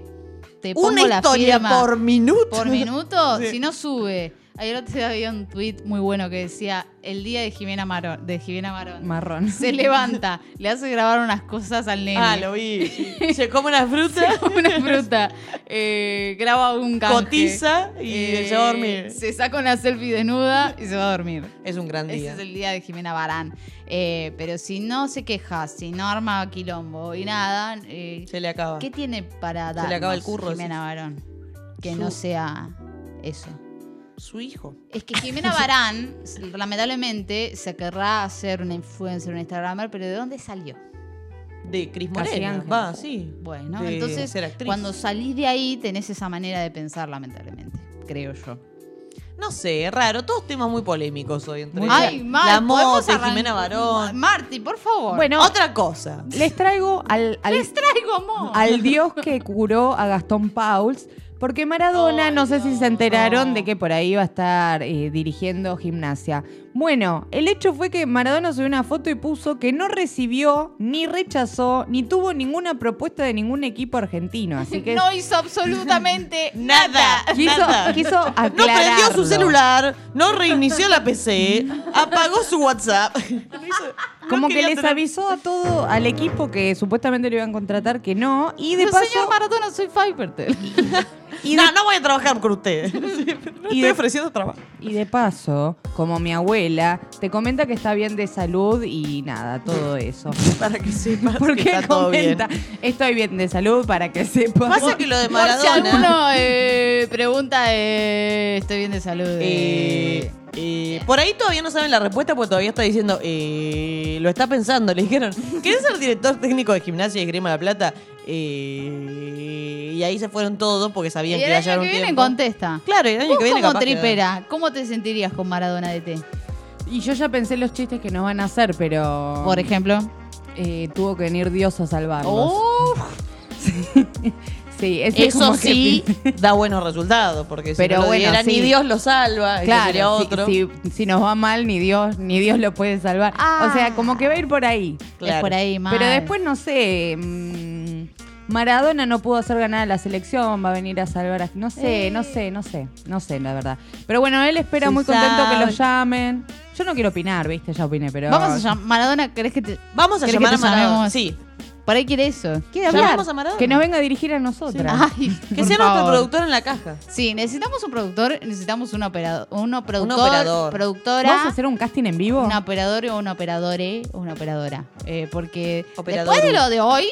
te pongo
Una
la
historia
firma
por minuto.
por minuto.
Sí.
Si no sube Ayer otro día había un tweet muy bueno que decía el día de Jimena Marón, de Jimena Marón.
Marrón.
se levanta, le hace grabar unas cosas al nene.
Ah, lo vi. Se come una fruta,
Se come una fruta, eh, graba un canje.
cotiza y
eh,
se va a dormir.
Se saca una selfie desnuda y se va a dormir.
Es un gran
Ese
día.
es el día de Jimena Barán. Eh, pero si no se queja, si no arma quilombo y nada, eh,
Se le acaba.
¿qué tiene para dar?
Se le acaba el curro,
Jimena Barón. Que
Su-
no sea eso.
Su hijo.
Es que Jimena Barán, lamentablemente, se querrá hacer una influencer, una Instagrammer, pero ¿de dónde salió?
De Cris
Casi
Morena.
Ángel.
Va, sí.
Bueno,
De
entonces
ser actriz.
cuando salís de ahí tenés esa manera de pensar, lamentablemente, creo yo.
No sé, es raro. Todos temas muy polémicos hoy entre
Ay,
la-
Mar,
La
¿podemos
moda,
arran-
Jimena Barón.
Marti, por favor.
Bueno,
Otra cosa.
Les traigo al, al,
traigo amor.
al dios que curó a Gastón Pauls, porque Maradona,
Ay,
no sé si
no,
se enteraron
no.
de que por ahí va a estar eh, dirigiendo gimnasia. Bueno, el hecho fue que Maradona subió una foto y puso que no recibió, ni rechazó, ni tuvo ninguna propuesta de ningún equipo argentino. Así que
No hizo absolutamente
Nada.
nada.
quiso,
nada.
quiso
No prendió
aclararlo.
su celular, no reinició la PC, apagó su WhatsApp. No hizo- no
Como que
quería
les
tener-
avisó a todo, al equipo que supuestamente lo iban a contratar, que no. Y de
Pero,
paso.
señor Maradona, soy Fivertel.
y de
No, no voy a trabajar con ustedes. No
Y
estoy
de-
ofreciendo trabajo.
Y de paso, como mi abuela, te comenta que está bien de salud y nada, todo eso.
Para que sepas que
Porque
está todo bien.
comenta, estoy bien de salud para que sepas.
Pasa que lo de
Por si
Maradona.
alguno eh, pregunta, eh, estoy bien de salud.
eh,
eh.
eh, por ahí todavía no saben la respuesta porque todavía está diciendo, eh, lo está pensando. Le dijeron, ¿querés ser director técnico de gimnasia y Grima La Plata? Eh, y ahí se fueron todos porque
Y
sabían que
el
iba a llegar
año
un
que viene
tiempo.
contesta.
Claro, el año
Vos
que viene
como
capaz que-
tripera, ¿cómo te sentirías con Maradona de té?
Y yo ya pensé los chistes que nos van a hacer, pero.
Por ejemplo.
eh, tuvo que venir Dios a salvarnos.
Oh,
Sí, ese es
Eso
como que
sí
pi-
da buenos resultados, porque si
Pero
no lo
bueno,
diera,
sí.
ni Dios lo salva, claro,
Claro, si-
otro.
Si, si nos va mal, ni Dios, ni Dios lo puede salvar.
Ah.
O sea, como que va a ir por ahí.
Claro.
Es por ahí, mal.
Pero después, no sé. mm, Maradona no pudo hacer ganar a la selección, va a venir a salvar a. No sé, no sé, no sé. No sé, la verdad. Pero bueno, él espera
Se
muy contento que lo
sabe.
llamen. Yo no quiero opinar, ¿viste? Ya opiné, pero.
Vamos a llamar. Maradona, ¿querés que te.?
Vamos a
¿Querés
llamar
que
a
te
Maradona.
llamemos?
Sí.
Por ahí quiere eso.
Quiere hablar.
Llamamos a Maradona.
Que nos venga a dirigir a nosotras.
Ay,
Que sea nuestro productor en la caja.
Sí, necesitamos un productor, necesitamos un operador, un productor,
operador.
productora,
¿Vamos a hacer un casting en vivo?
un operador o un operadore o una operadora. Eh, porque
Operador.
después de lo de hoy,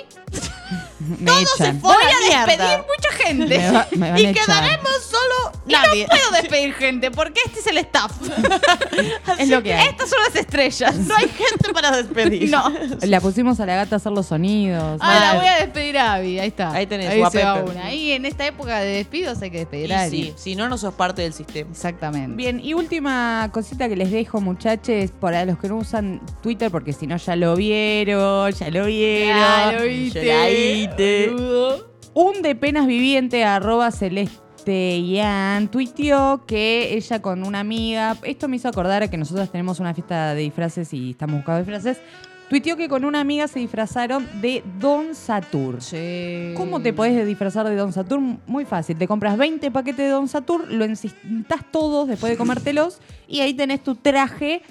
Me echan.
Voy
voy a despedir mucha gente.
Me va- me van a
y
echar.
quedaremos solo. Y
Nadie.
no puedo despedir gente porque este es el staff.
Es lo que hay.
Estas son las estrellas.
No hay gente para despedir.
No.
La pusimos a la gata a hacer los sonidos.
Ah, la
Mal.
voy a despedir a Abby, ahí está.
Ahí tenés,
ahí
o a
se va
Pepe.
una. Y en esta época de despidos hay que
Y
despedir a
sí,
alguien.
si no, no sos parte del sistema.
Exactamente.
Bien, y última cosita que les dejo, muchachos, para los que no usan Twitter, porque si no ya lo vieron, ya lo vieron.
Ya lo viste.
Yo la viste.
boludo.
Un de penas viviente, arroba celesteyan, tuiteó que ella con una amiga, esto me hizo acordar a que nosotros tenemos una fiesta de disfraces y estamos buscando disfraces, tuiteó que con una amiga se disfrazaron de Don Satur. ¿Cómo te
Mm.
podés disfrazar de Don Satur? Muy fácil. Te compras 20 paquetes de Don Satur, lo encintás todos después de comértelos y ahí tenés tu traje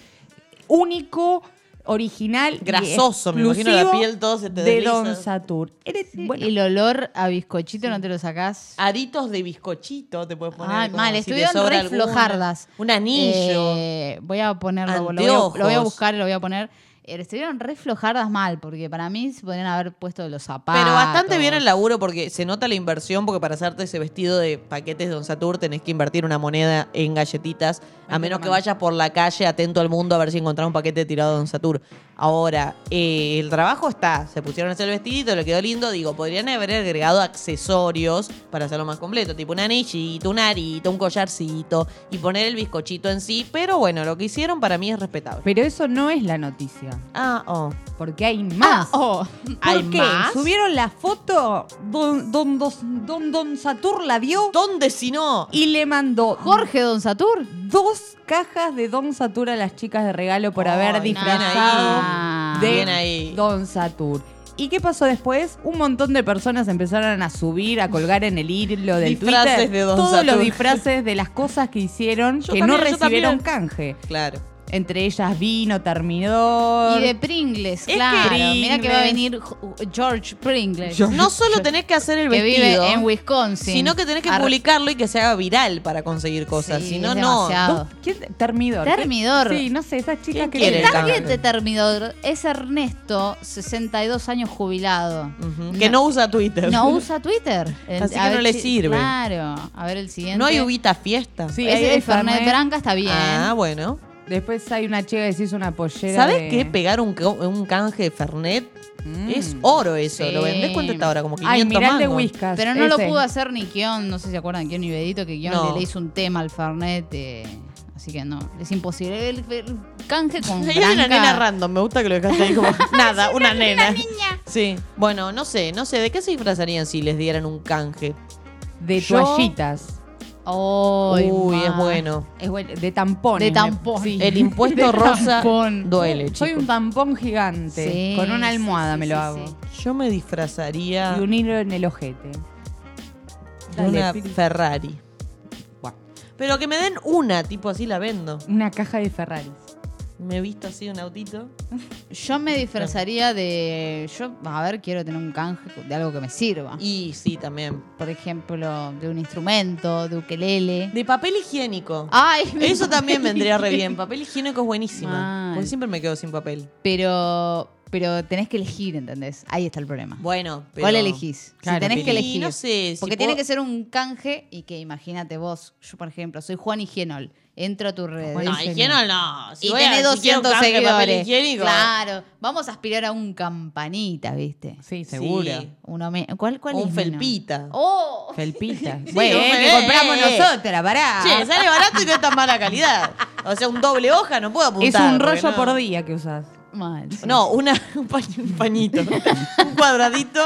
único, original. y
Grasoso, me imagino la
exclusivo
piel, todo se te
De
desliza.
Don Satur. Eres- bueno,
El olor a bizcochito no te lo sacás.
Aritos de bizcochito te puedes Ah, poner.
Ay,
como
Ah, mal,
si te
estuvieron
sobra
re
alguna.
flojardas.
Un anillo.
Eh, voy a ponerlo, lo voy a, lo voy a
Anteojos.
buscar y lo voy a poner. Eh, Estuvieron re flojardas mal, porque para mí se podrían haber puesto los zapatos.
Pero bastante bien el laburo porque se nota la inversión, porque para hacerte ese vestido de paquetes Don Satur tenés que invertir una moneda en galletitas, a menos que vayas por la calle atento al mundo a ver si encontrás un paquete tirado de Don Satur. Ahora, eh, el trabajo está, se pusieron a hacer el vestidito, le quedó lindo, digo, podrían haber agregado accesorios para hacerlo más completo, tipo un anillito, un arito, un collarcito y poner el bizcochito en sí, pero bueno, lo que hicieron para mí es respetable.
Pero eso no es la noticia,
Ah, oh.
porque hay
Ah,
más.
oh.
¿Por
¿hay
qué?
más?
Subieron la foto, don, don, don, don, don Satur la dio
¿Dónde si no?
y le mandó
Jorge Don Satur.
dos cajas de Don Satur a las chicas de regalo por
Ay,
haber
Oh, bien
disfrazado
ahí.
de
Bien ahí.
Don Satur. ¿Y qué pasó después? Un montón de personas empezaron a subir, a colgar en el hilo del
Disfraces
Twitter
de Don
todos
Saturno.
los disfraces de las cosas que hicieron
Yo
que no
también, yo
recibieron
también.
canje.
Claro.
Entre ellas vino, terminó.
Y de Pringles,
que
claro. Mira que va a
Pringles-
venir Jo- George Pringles,
No solo tenés que hacer el
que
vestido,
vive en Wisconsin.
sino que tenés que
Ar-
publicarlo y que se haga viral para conseguir cosas.
Sí,
si no,
es
no.
demasiado.
Dos- ¿Quién? Termidor.
Termidor.
Sí, no sé, esas chicas
¿Quién
que
quiere
El
el
target
canje.
de Termidor es Ernesto, 62 años jubilado.
Ujú. Que no usa Twitter.
No usa Twitter. El-
Así
a
que no le
si-
sirve.
Claro. A ver el siguiente.
No hay ubita fiesta.
Sí, ahí
Ese
hay
de Fernet
Fernet.
Branca está bien.
Ah, bueno.
Después hay una chica que se hizo una pollera.
¿Sabes
de-
qué? Pegar un, co- un canje de Fernet
Mm.
es oro eso.
Sí.
¿Lo vendés cuánto está ahora? Como 500
Ay, mirá el de
mangos.
Whiskas.
Pero no lo
ese.
pudo hacer ni Kion, no sé si se acuerdan Kion y Bedito, que Kion
No.
le, le hizo un tema al Fernet. eh, así que no, es imposible. El, el canje con
Hay una
Branca-
nena random, me gusta que lo dejaste ahí como nada, una, nena. Sí. Bueno, no sé, no sé, ¿de qué se disfrazarían si les dieran un canje?
De
Yo-
toallitas.
Ay,
Uy,
ma.
es bueno.
Es bueno, de tampones.
De tampón.
Sí.
El impuesto
De
rosa
tampón.
duele,
Soy
chicos.
un tampón gigante.
Sí,
con una almohada
sí,
me
sí,
lo
sí,
hago.
sí.
Yo me disfrazaría
Y un hilo en el ojete.
de
Dale,
una
Pili.
Ferrari.
Buah.
Pero que me den una, tipo así la vendo.
Una caja de Ferraris.
Me he visto así un autito.
Yo me disfrazaría de. Yo, a ver, quiero tener un canje de algo que me sirva.
Y sí, también.
Por ejemplo, de un instrumento, de ukelele.
De papel higiénico.
Ay, me-
Eso también vendría re bien. Papel higiénico es buenísimo.
Mal.
Porque siempre me quedo sin papel.
Pero, pero tenés que elegir, ¿entendés? Ahí está el problema.
Bueno, pero...
¿Cuál elegís?
Claro,
si tenés
Pili.
que elegir.
Y no sé, si
Porque
puedo-
tiene que ser un canje y que imagínate vos, yo por ejemplo, soy Juan Higienol, entro a tu red
No, higiénico no. Si
y
voy a-
tenés
si quiero
200
canje de papel
seguidores.
higiénico,
Claro, vamos a aspirar a un campanita, ¿viste?
Sí,
Sí.
seguro.
Uno me- ¿Cuál, cuál es
Un
menos?
felpita.
¡Oh!
Felpita.
no
bueno, eh,
me-
que compramos
eh, eh.
nosotras, pará.
Che, sale barato y no es tan mala calidad. O sea, un doble hoja no puedo
es
apuntar.
un
porque
rollo
no-
por día que usás.
Mal, sí.
No, una, un, pa- un pañito. un cuadradito.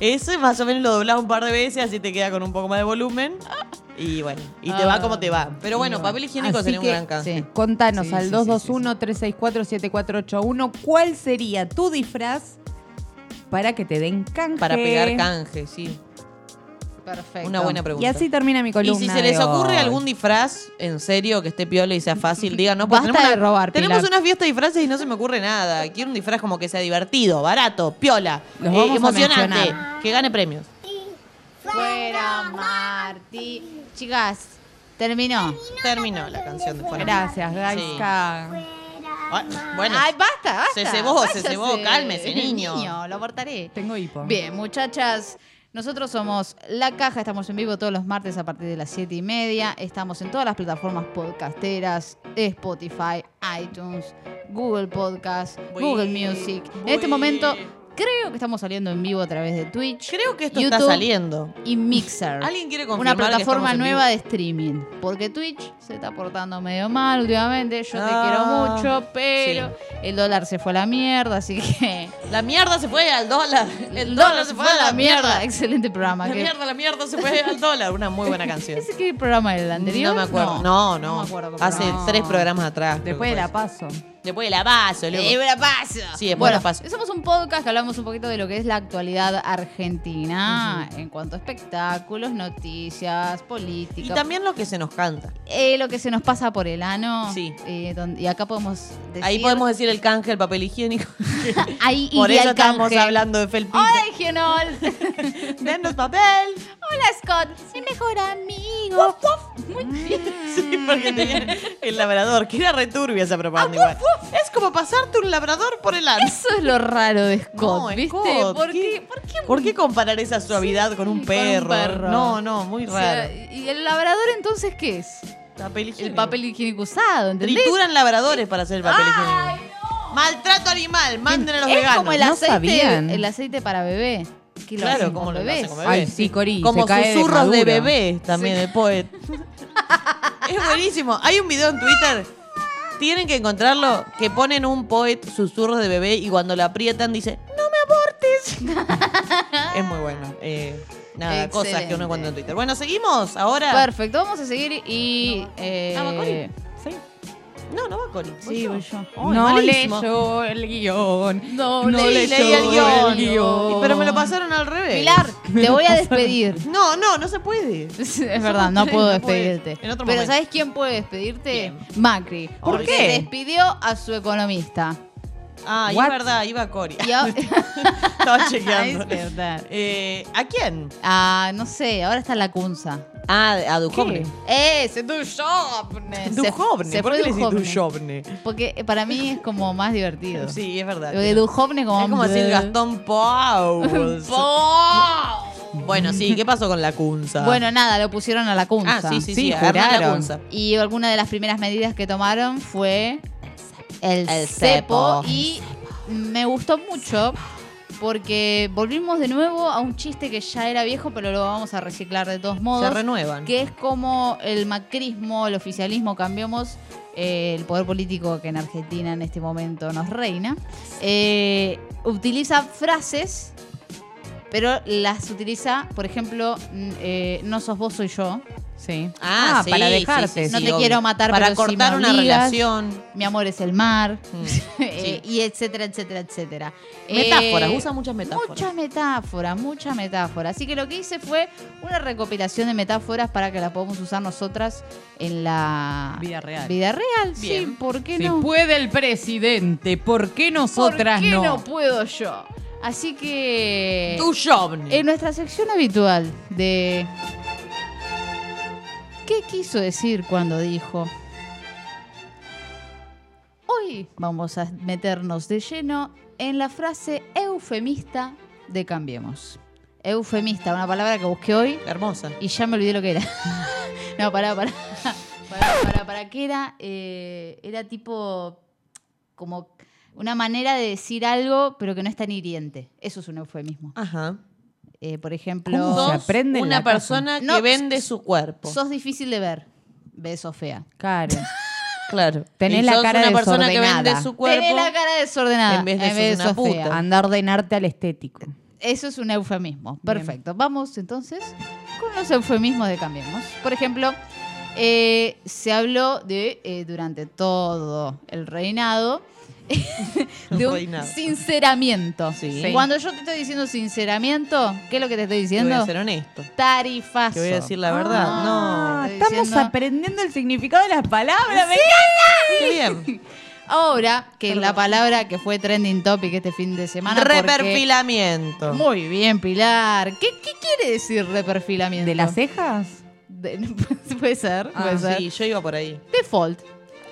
Ese más o menos lo doblás un par de veces, así te queda con un poco más de volumen. Y bueno, y te va como te va. Pero bueno, papel higiénico
Ah. Así
sería un
que,
gran canje.
sí.
Contanos
Sí, sí,
al
sí,
221-364-7481 cuál sería tu disfraz para que te den canje.
Para pegar canje, sí.
Perfecto.
Una buena pregunta.
Y así termina mi
Y
columna.
si se les
de
ocurre
hoy.
algún disfraz, en serio, que esté piola y sea fácil, digan, no, pues
Basta
tenemos,
de robar,
tenemos
Pilar.
una fiesta de disfraces y no se me ocurre nada. Quiero un disfraz como que sea divertido, barato, piola,
Los
eh,
vamos a
emocionante,
mencionar.
que gane premios.
Fuera Marti. Chicas, terminó.
Terminó la canción de Fuera.
Gracias, Gaiska.
Ah, Bueno,
Ay, basta, basta.
Se cebó, se
Váyase.
cebó, cálmese, niño.
Niño, lo abortaré.
Tengo hipo.
Bien, muchachas. Nosotros somos La Caja, estamos en vivo todos los martes a partir de las 7 y media. Estamos en todas las plataformas podcasteras, Spotify, iTunes, Google Podcast,
Voy,
Google Music. En
voy.
este momento creo que estamos saliendo en vivo a través de Twitch.
creo que esto está
YouTube
saliendo.
Y Mixer.
¿Alguien quiere confirmar
Una plataforma
que estamos en
nueva de streaming. Porque Twitch se está portando medio mal últimamente. Yo
Ah,
te quiero mucho, pero el dólar se fue a la mierda, así que.
vivo? La mierda se fue al dólar. El dólar se fue a la mierda.
Excelente programa.
La
que-
mierda, la mierda se fue al dólar. Una muy buena canción.
¿Ese qué programa era el anterior?
No me acuerdo. No, no.
me acuerdo cómo
Hace
era.
tres programas atrás. creo
Después
que
de la
fue.
paso.
Después de la paso, loco.
Eh, la paso.
Sí, después
bueno,
la paso.
somos un podcast que hablamos un poquito de lo que es la actualidad argentina en cuanto a espectáculos, noticias, política.
Y también lo que se nos canta.
eh, lo que se nos pasa por el ano.
Sí.
Eh, don- y acá podemos decir.
Ahí podemos decir el canje, el papel higiénico.
Ahí
Por
iría
eso
el canje.
estamos hablando de Felpita.
Hola, Genol.
¡Denos papel!
Hola, Scott. Mi mejor amigo.
Sí, porque tenía el labrador, que era returbia esa propaganda.
Ah,
igual. Es como pasarte un labrador por el ano.
Eso es lo raro de Scott,
No,
¿viste?
Scott,
¿Por qué?
¿qué?
¿Por qué
¿Por qué comparar esa suavidad con, un
con un
perro?
perro?
No, no, muy
O sea,
raro.
¿Y el labrador entonces qué es?
papel
El
higiénico.
papel higiénico usado, ¿entendés? Eh,
Trituran labradores para hacer el papel
¡Ay,
higiénico. Maltrato animal, manden a los
es
veganos.
como el
No
aceite,
sabían.
el aceite para bebé. Que lo
Claro,
hacen
¿cómo
con
lo
bebés.
hacen con bebés?
Ay, sí, Cori.
Como
se cae
susurros de,
maduro.
bebé también
Sí.
el poet. es buenísimo. Hay un video en Twitter. Tienen que encontrarlo que ponen un poet susurros de bebé y cuando lo aprietan dice, "No me abortes." es muy bueno. Eh, nada, cosas que
Excelente.
uno encuentra en Twitter. Bueno, seguimos ahora.
Perfecto, vamos a seguir y. eh,
Ah, Macori. Sí. No, no va Cori. voy
Sí,
yo.
voy yo.
Ay,
no
malísimo.
leyó el guión.
No,
No
leí,
leyó
leí el guión.
el guión.
Y- Pero me lo pasaron al revés.
Pilar, te voy a despedir.
No, no, no se puede.
Es verdad, no
tres,
puedo
no puede.
despedirte.
En otro
Pero
momento.
¿sabes quién puede despedirte? Macri.
¿Por
Porque
qué?
Despidió a su economista.
Ah, y
What?
es verdad, iba Cori.
Y ahora-
Estaba
Es
chequeando.
verdad.
Eh, ¿A quién?
Ah, no sé, ahora está la Cunza.
Ah, a Duchovne.
¡Ese Dujovne!
Eh, Duchovne,
Se, se
¿por
fue
qué le decís
Dujovne.
Duchovne?
Porque eh, para mí es como más divertido.
Sí, es verdad.
Porque
tiene-
Dujovne como...
Es como decir Gastón Pauls.
¡Po!
bueno, sí, ¿qué pasó con la Kunza?
Bueno, nada, lo pusieron a la Cunza.
ah, sí, sí, sí,
Sí,
agarró la
juraron.
Kunza.
Y alguna de las primeras medidas que tomaron fue el,
El
cepo.
cepo.
Y me gustó mucho porque volvimos de nuevo a un chiste que ya era viejo, pero lo vamos a reciclar de todos
Se
modos.
renuevan.
Que es como el macrismo, el oficialismo, cambiamos eh, el poder político que en Argentina en este momento nos reina. eh, utiliza frases, pero las utiliza, por ejemplo, mm, eh, no sos vos, soy yo. Sí.
Ah, para dejarte, sí,
No te quiero matar,
Para
pero si
cortar
me
una
obligas.
relación.
Mi amor es el mar.
Mm,
eh, y etcétera, etcétera, etcétera.
Metáforas,
Eh,
usa muchas metáforas.
Muchas metáforas, muchas metáforas. Así que lo que hice fue una recopilación de metáforas para que las podamos usar nosotras en la
Vida real.
Vida real, sí,
Bien.
¿por qué
Si
no?
puede el presidente, ¿por qué
¿Por
nosotras
qué no?
no?
puedo yo? Así que
Duchovne.
en nuestra sección habitual de ¿Qué quiso decir cuando dijo? Hoy vamos a meternos de lleno en la frase eufemista de Cambiemos. Eufemista, una palabra que busqué hoy
Hermosa.
y ya me olvidé lo que era. no, pará, pará. Pará, pará, pará. ¿Qué era? Eh, era tipo como una manera de decir algo, pero que no es tan hiriente. Eso es un eufemismo.
Ajá.
Eh, por ejemplo,
¿Cómo se
Sos
aprende en
una
la casa.
persona
No,
que vende su cuerpo.
sos difícil de ver. Beso fea.
Claro.
claro.
Tenés
Y
la
sos
cara
una persona que
desordenada.
vende su cuerpo.
Tenés la cara desordenada. Eh,
en vez de sos
fea.
una puta.
Anda a ordenarte al estético.
Eso es un eufemismo. Perfecto. Vamos entonces con los eufemismos de Cambiemos. Por ejemplo, eh, se habló de eh, durante todo el reinado de un
Reinado.
sinceramiento.
Sí.
Sí.
Cuando yo te estoy diciendo sinceramiento, ¿qué es lo que te estoy
Te voy
diciendo?
a ser honesto.
Tarifazo.
Te voy a decir la verdad.
Ah,
no.
estamos
Diciendo-
aprendiendo el significado de las palabras. ¿me
no. Qué bien.
Ahora, que la palabra que fue trending topic este fin de semana. porque-
Reperfilamiento.
Muy bien, Pilar. ¿Qué, qué quiere decir reperfilamiento?
¿De las cejas?
De- puede ser,
Ah,
puede ser.
Sí, yo iba por ahí.
Default.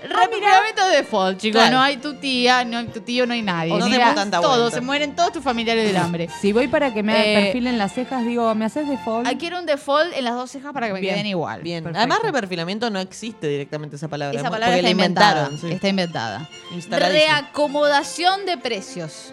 Rápidamente default, chicos.
Claro.
No hay tu tía, no hay tu tío, no hay nadie.
O no
Mira,
demos tanta
todos,
vuelta.
se mueren todos tus familiares del hambre.
Si voy para que me
Eh,
perfilen las cejas, digo, ¿me haces de fold?
Ah, Quiero un default en las dos cejas para que me
Bien,
queden igual.
Bien.
Perfecto.
Además, reperfilamiento no existe directamente esa palabra.
Esa palabra
porque
está
la
inventada. Este-
inventaron. sí.
Está inventada.
Instaladísimo.
Reacomodación de precios.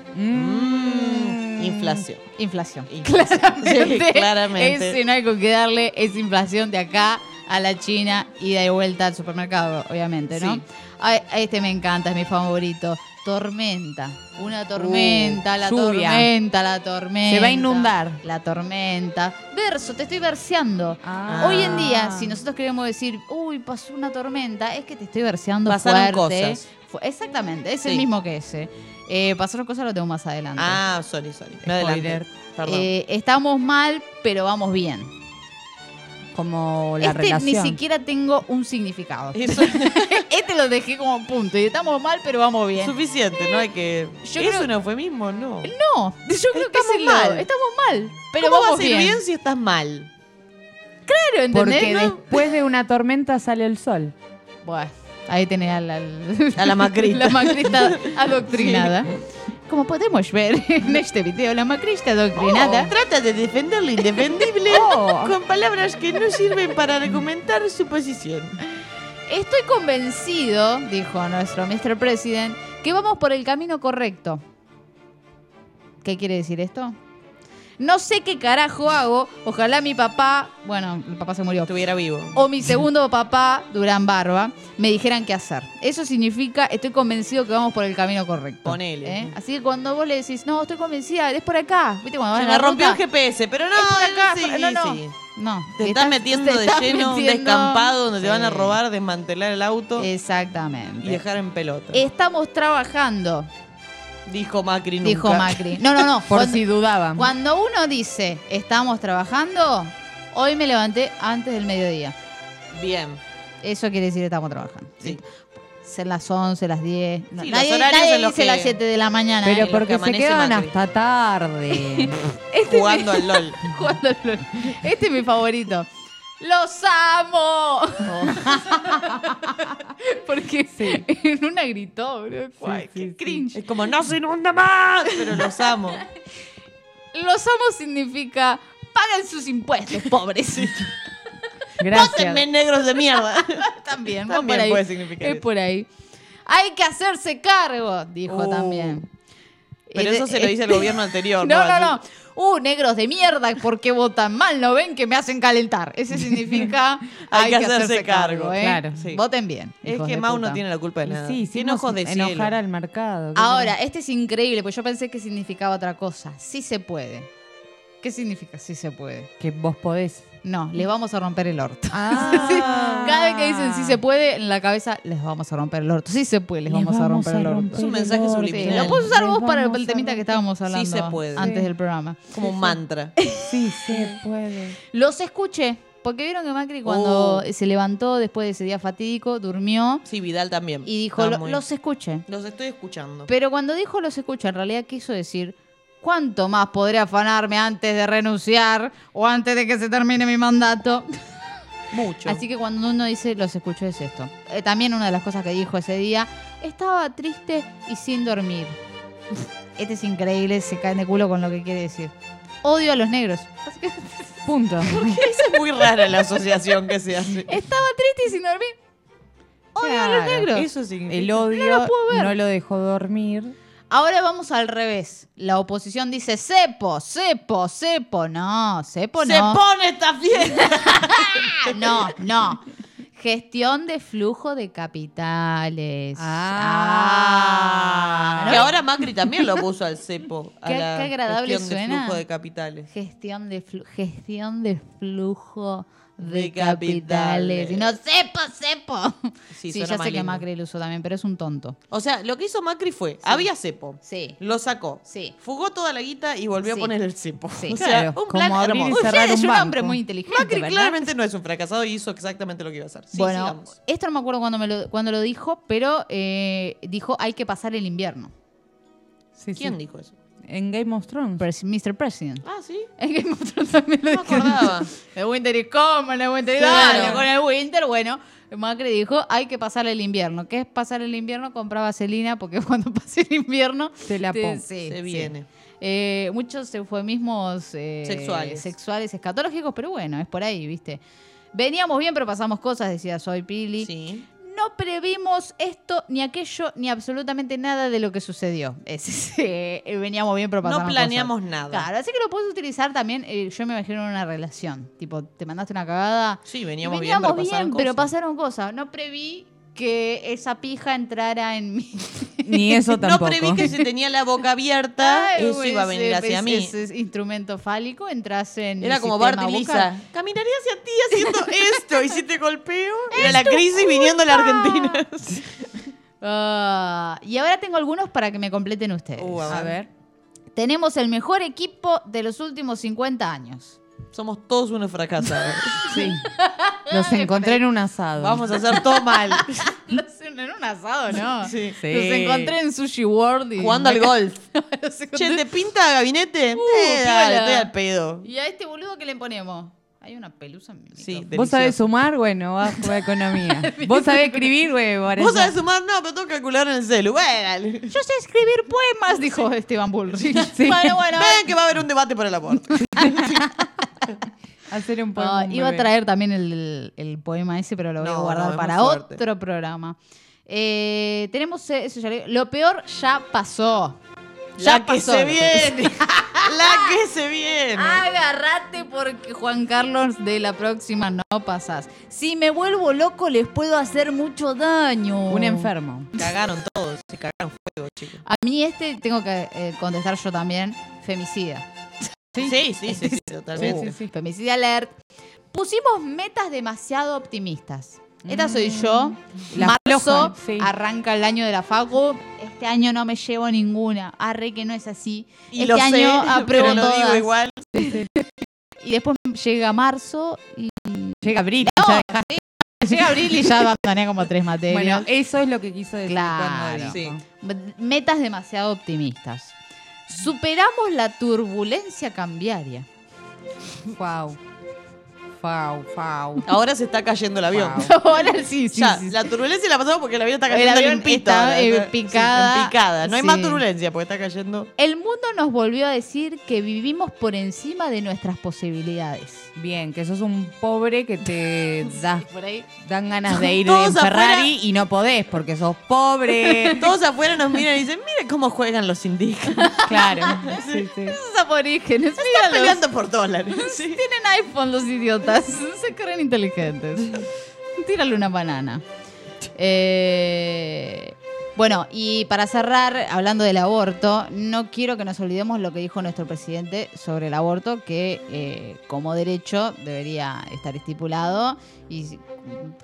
Mm, Inflación.
Inflación.
Inflación. Sí, claramente.
Ese no hay con qué darle, es inflación de acá a la China y de vuelta al supermercado, obviamente, ¿no?
Sí.
Ay, este me encanta, es mi favorito. Tormenta.
Uh,
Una tormenta, la
lluvia.
tormenta, la tormenta.
Se va a inundar.
La tormenta. Verso, te estoy verseando.
Ah.
Hoy en día, si nosotros queremos decir, uy, pasó una tormenta, es que te estoy verseando
Pasaron
fuerte.
cosas.
Fu- Exactamente, es el
Sí.
mismo que ese. Eh, pasaron cosas, lo tengo más adelante.
Ah, sorry, sorry. Me adelanté.
Spoiler.
Perdón.
Eh, estamos mal, pero vamos bien.
Como la
este
relación.
ni siquiera tengo un significado.
Eso
este lo dejé como punto. Y estamos mal, pero vamos
es
bien.
suficiente, no hay que.
Yo
¿Es
creo-
un eufemismo? No.
No, yo creo que
Estamos
es el lado.
mal.
Estamos mal, pero
¿Cómo
vamos
vas a ir
bien.
bien? si estás mal?
Claro, ¿entendés?
Porque
No.
después de una tormenta sale el sol.
Bueno, ahí tenés a la,
A la macrista.
la macrista adoctrinada. Como podemos ver en este video, la macrista adoctrinada.
Oh, trata de defender lo indefendible
Oh.
con palabras que no sirven para argumentar su posición.
Estoy convencido, dijo nuestro Mr. President, que vamos por el camino correcto. ¿Qué quiere decir esto? No sé qué carajo hago. Ojalá mi papá, bueno, mi papá se murió.
Estuviera vivo.
O mi segundo papá, Durán Barba, me dijeran qué hacer. Eso significa, estoy convencido que vamos por el camino correcto.
Ponele.
¿Eh? Así que cuando vos le decís, no, estoy convencida, es por acá. ¿Viste cuando vas
Se
en la
me rompió el
ruta?
GPS, pero no,
Es por acá,
sí,
no, no.
sí.
No,
Te estás metiendo
te
de
estás
lleno un
metiendo-
descampado donde te van a
Sí.
robar, desmantelar el auto
Exactamente.
y dejar en pelota.
Estamos trabajando,
Dijo Macri nunca.
dijo Macri. No, no, no.
Por
cuando,
si dudaban.
cuando uno dice, estamos trabajando, hoy me levanté antes del mediodía.
Bien.
Eso quiere decir estamos trabajando.
Sí.
Ser las 11, las 10. No,
Sí, los
nadie
horarios
nadie
en los
dice
que-
las 7 de la mañana.
Pero
¿eh?
que
porque se
amanece
quedaban
Macri.
hasta tarde.
Jugando al LOL.
Este Jugando al LOL. Este es mi favorito. ¡Los amo!
Oh.
Porque en una gritó, bro. Guay, qué cringe.
Es como, no se inunda más, pero los amo.
Los amo significa paguen sus impuestos, pobres.
Gracias.
Pótenme negros de mierda.
también, va
También
por ahí.
puede significar
Es
eso.
por ahí. Hay que hacerse cargo, dijo
Uh,
también.
Pero
Eh,
eso se lo
eh,
dice el gobierno anterior.
No, no,
Así-
no. Uh, negros de mierda, ¿por qué votan mal? ¿No ven que me hacen calentar? Ese significa hay, que hacerse, cargo, ¿eh?
claro,
sí.
Voten bien.
Es
hijos
que
de
Mau no
puta.
tiene la culpa de
Y
nada.
sí,
tiene
hicimos
ojos de cielo.
enojar al mercado. ¿qué
Ahora, este es increíble, porque yo pensé que significaba otra cosa. Sí se puede. ¿Qué significa sí se puede?
querés? Que vos podés.
No, le vamos a romper el orto.
Ah.
Cada vez que dicen sí se puede, en la cabeza les vamos a romper el orto. Sí se puede, les,
Les
vamos, a romper el orto.
Es un mensaje
orto.
Sí,
subliminal.
lo puedes usar
Les
vos para el,
vamos a
temita que
romper-
estábamos hablando
se puede.
antes
Sí.
del programa.
Como un mantra.
Sí, se puede.
Los escuché, porque vieron que Macri cuando se levantó después de ese día fatídico, durmió
Sí, Vidal también.
y dijo,
Está
"Lo-
muy-
los escuché.
los estoy escuchando.
Pero cuando dijo los escuché, en realidad quiso decir, ¿cuánto más podré afanarme antes de renunciar o antes de que se termine mi mandato?
Mucho.
Así que cuando uno dice los escucho es esto. Eh, también una de las cosas que dijo ese día, estaba triste y sin dormir. Este es increíble, se caen de culo con lo que quiere decir. Odio a los negros. Así que,
Punto.
Esa es muy rara la asociación que se hace.
estaba triste y sin dormir. Odio a los
Claro,
negros.
Eso significa.
El odio no, lo dejó dormir.
Ahora vamos al revés. La oposición dice cepo, cepo, cepo. No, cepo
¡Se
no.
pone esta fiesta!
Ah, no, no. Gestión de flujo de capitales.
Ah.
Ah.
Que ahora Macri también lo puso al cepo. a
Qué-
la
qué agradable
gestión de
suena.
flujo de capitales.
Gestión de, flu- gestión de flujo de,
De
capitales.
capitales.
Y no, cepo, cepo. Sí,
Sí,
ya
suena
sé que
maligno.
Macri lo usó también, pero es un tonto.
O sea, lo que hizo Macri fue, había cepo.
Sí.
Lo sacó.
Sí.
Fugó toda la guita y volvió
Sí.
a poner el cepo.
Sí.
O sea,
Claro,
un plan
como abrir y
hermoso.
cerrar.
Usted es
un
un
banco.
hombre muy inteligente,
Macri
¿verdad?
claramente no es un fracasado y hizo exactamente lo que iba a hacer. Sí,
bueno,
sigamos.
esto no me acuerdo cuando, me lo, cuando lo dijo, pero eh, dijo hay que pasar el invierno.
Sí,
¿Quién
sí.
dijo eso?
En Game of Thrones.
Pres- Mr. President.
Ah, sí.
Es que mostró también lo
No me acordaba.
El winter is coming, el winter is
Claro.
dale, con el winter, bueno. Macri dijo, hay que pasar el invierno. ¿Qué es pasar el invierno? Comprar vaselina, porque cuando pase el invierno...
Te la
te-
pongo.
sí,
Se
sí.
viene.
Eh, muchos eufemismos eh,
Sexuales.
sexuales, escatológicos, pero bueno, es por ahí, ¿viste? Veníamos bien, pero pasamos cosas, decía Soy Pili.
Sí.
No previmos esto, ni aquello, ni absolutamente nada de lo que sucedió. Es, es, eh, veníamos bien, pero pasamos
No planeamos nada.
Claro, así que lo puedes utilizar también, eh, yo me imagino en una relación. Tipo, te mandaste una cagada.
Sí,
y
veníamos, bien, pero pasaron
pero
cosas.
pasaron cosas. No preví que esa pija entrara en mí.
Ni eso tampoco.
No preví que se tenía la boca abierta,
Ay,
eso iba a
ese-
venir hacia
ese-
mí.
Ese instrumento fálico entrase en.
Era
el
como
sistema
Bart y
bucal.
Lisa. Caminaría hacia ti haciendo esto y si te golpeo. Era la crisis viniendo a la Argentina.
Ah, y ahora tengo algunos para que me completen ustedes.
Uh,
A ver.
Tenemos el mejor equipo de los últimos 50 años.
Somos todos unos fracasados.
Sí. Los encontré en un asado.
Vamos a hacer todo mal.
Los en en un asado, ¿no?
Sí.
Sí.
Los encontré en Sushi World. Y
Jugando al golf.
Los encontré-
Che, ¿te pinta gabinete? eh,
piola.
dale, estoy al pedo.
¿Y a este boludo qué le ponemos? Hay una pelusa en mi
Sí,
micrófono.
Vos sabés sumar, bueno, vas a jugar economía. Vos sabés escribir, bueno, ahora
¿Vos
ya.
sabés sumar? No, pero tengo que calcular en el celu. Bueno, dale.
Yo sé escribir poemas, dijo Esteban Bullrich.
Sí.
Bueno, bueno.
Ven que va a haber un debate por el aborto.
hacer un poema.
Ah,
un
iba a
bebé.
traer también el, el poema ese, pero lo voy a
No,
guardar
no, es
para
muy fuerte.
otro programa. Eh, tenemos eh, eso ya le- lo peor ya pasó. Ya
la que
pasó,
se
lo que- Ah,
viene. la que se viene.
Agarrate porque Juan Carlos de la próxima no pasás. Si me vuelvo loco les puedo hacer mucho daño.
Un enfermo.
Cagaron todos, se cagaron fuego, chicos.
A mí este tengo que eh, contestar yo también. Femicida.
Sí, sí, sí, sí, totalmente.
Femicida alert. Pusimos metas demasiado optimistas. Esta soy yo.
La floja,
Marzo
sí.
arranca el año de la facu. Este año no me llevo ninguna. Arre que no es así.
Y
este
lo
año
sé,
apruebo
pero lo digo
todas.
igual.
Y después llega marzo y
Llega Brit.
llega abril y ya abandoné como tres materias.
Bueno, eso es lo que quiso decir.
Claro.
cuando dijo.
metas demasiado optimistas. Superamos la turbulencia cambiaria.
Fau. Fau, fau.
Ahora se está cayendo el avión.
Wow.
Ahora sí, sí,
ya,
sí.
la turbulencia la pasamos porque el avión está
El
cayendo
avión
limpito
está,
ahora,
eh,
¿no? Sí, en
picada.
picada. No hay más
Sí.
turbulencia porque está cayendo.
El mundo nos volvió a decir que vivimos por encima de nuestras posibilidades.
Bien, que sos un pobre que te das,
Por ahí.
dan ganas
Son
de ir
todos
en Ferrari
afuera.
y no podés porque sos pobre.
Todos afuera nos miran y dicen, miren cómo juegan los indígenas.
claro. Sí, sí.
Esos aborígenes,
Están
míralos.
peleando por dólares. Sí.
Tienen iPhone los idiotas. Se creen inteligentes. Tírale una banana. Eh, bueno, y para cerrar, hablando del aborto, no quiero que nos olvidemos lo que dijo nuestro presidente sobre el aborto, que eh, como derecho debería estar estipulado y si-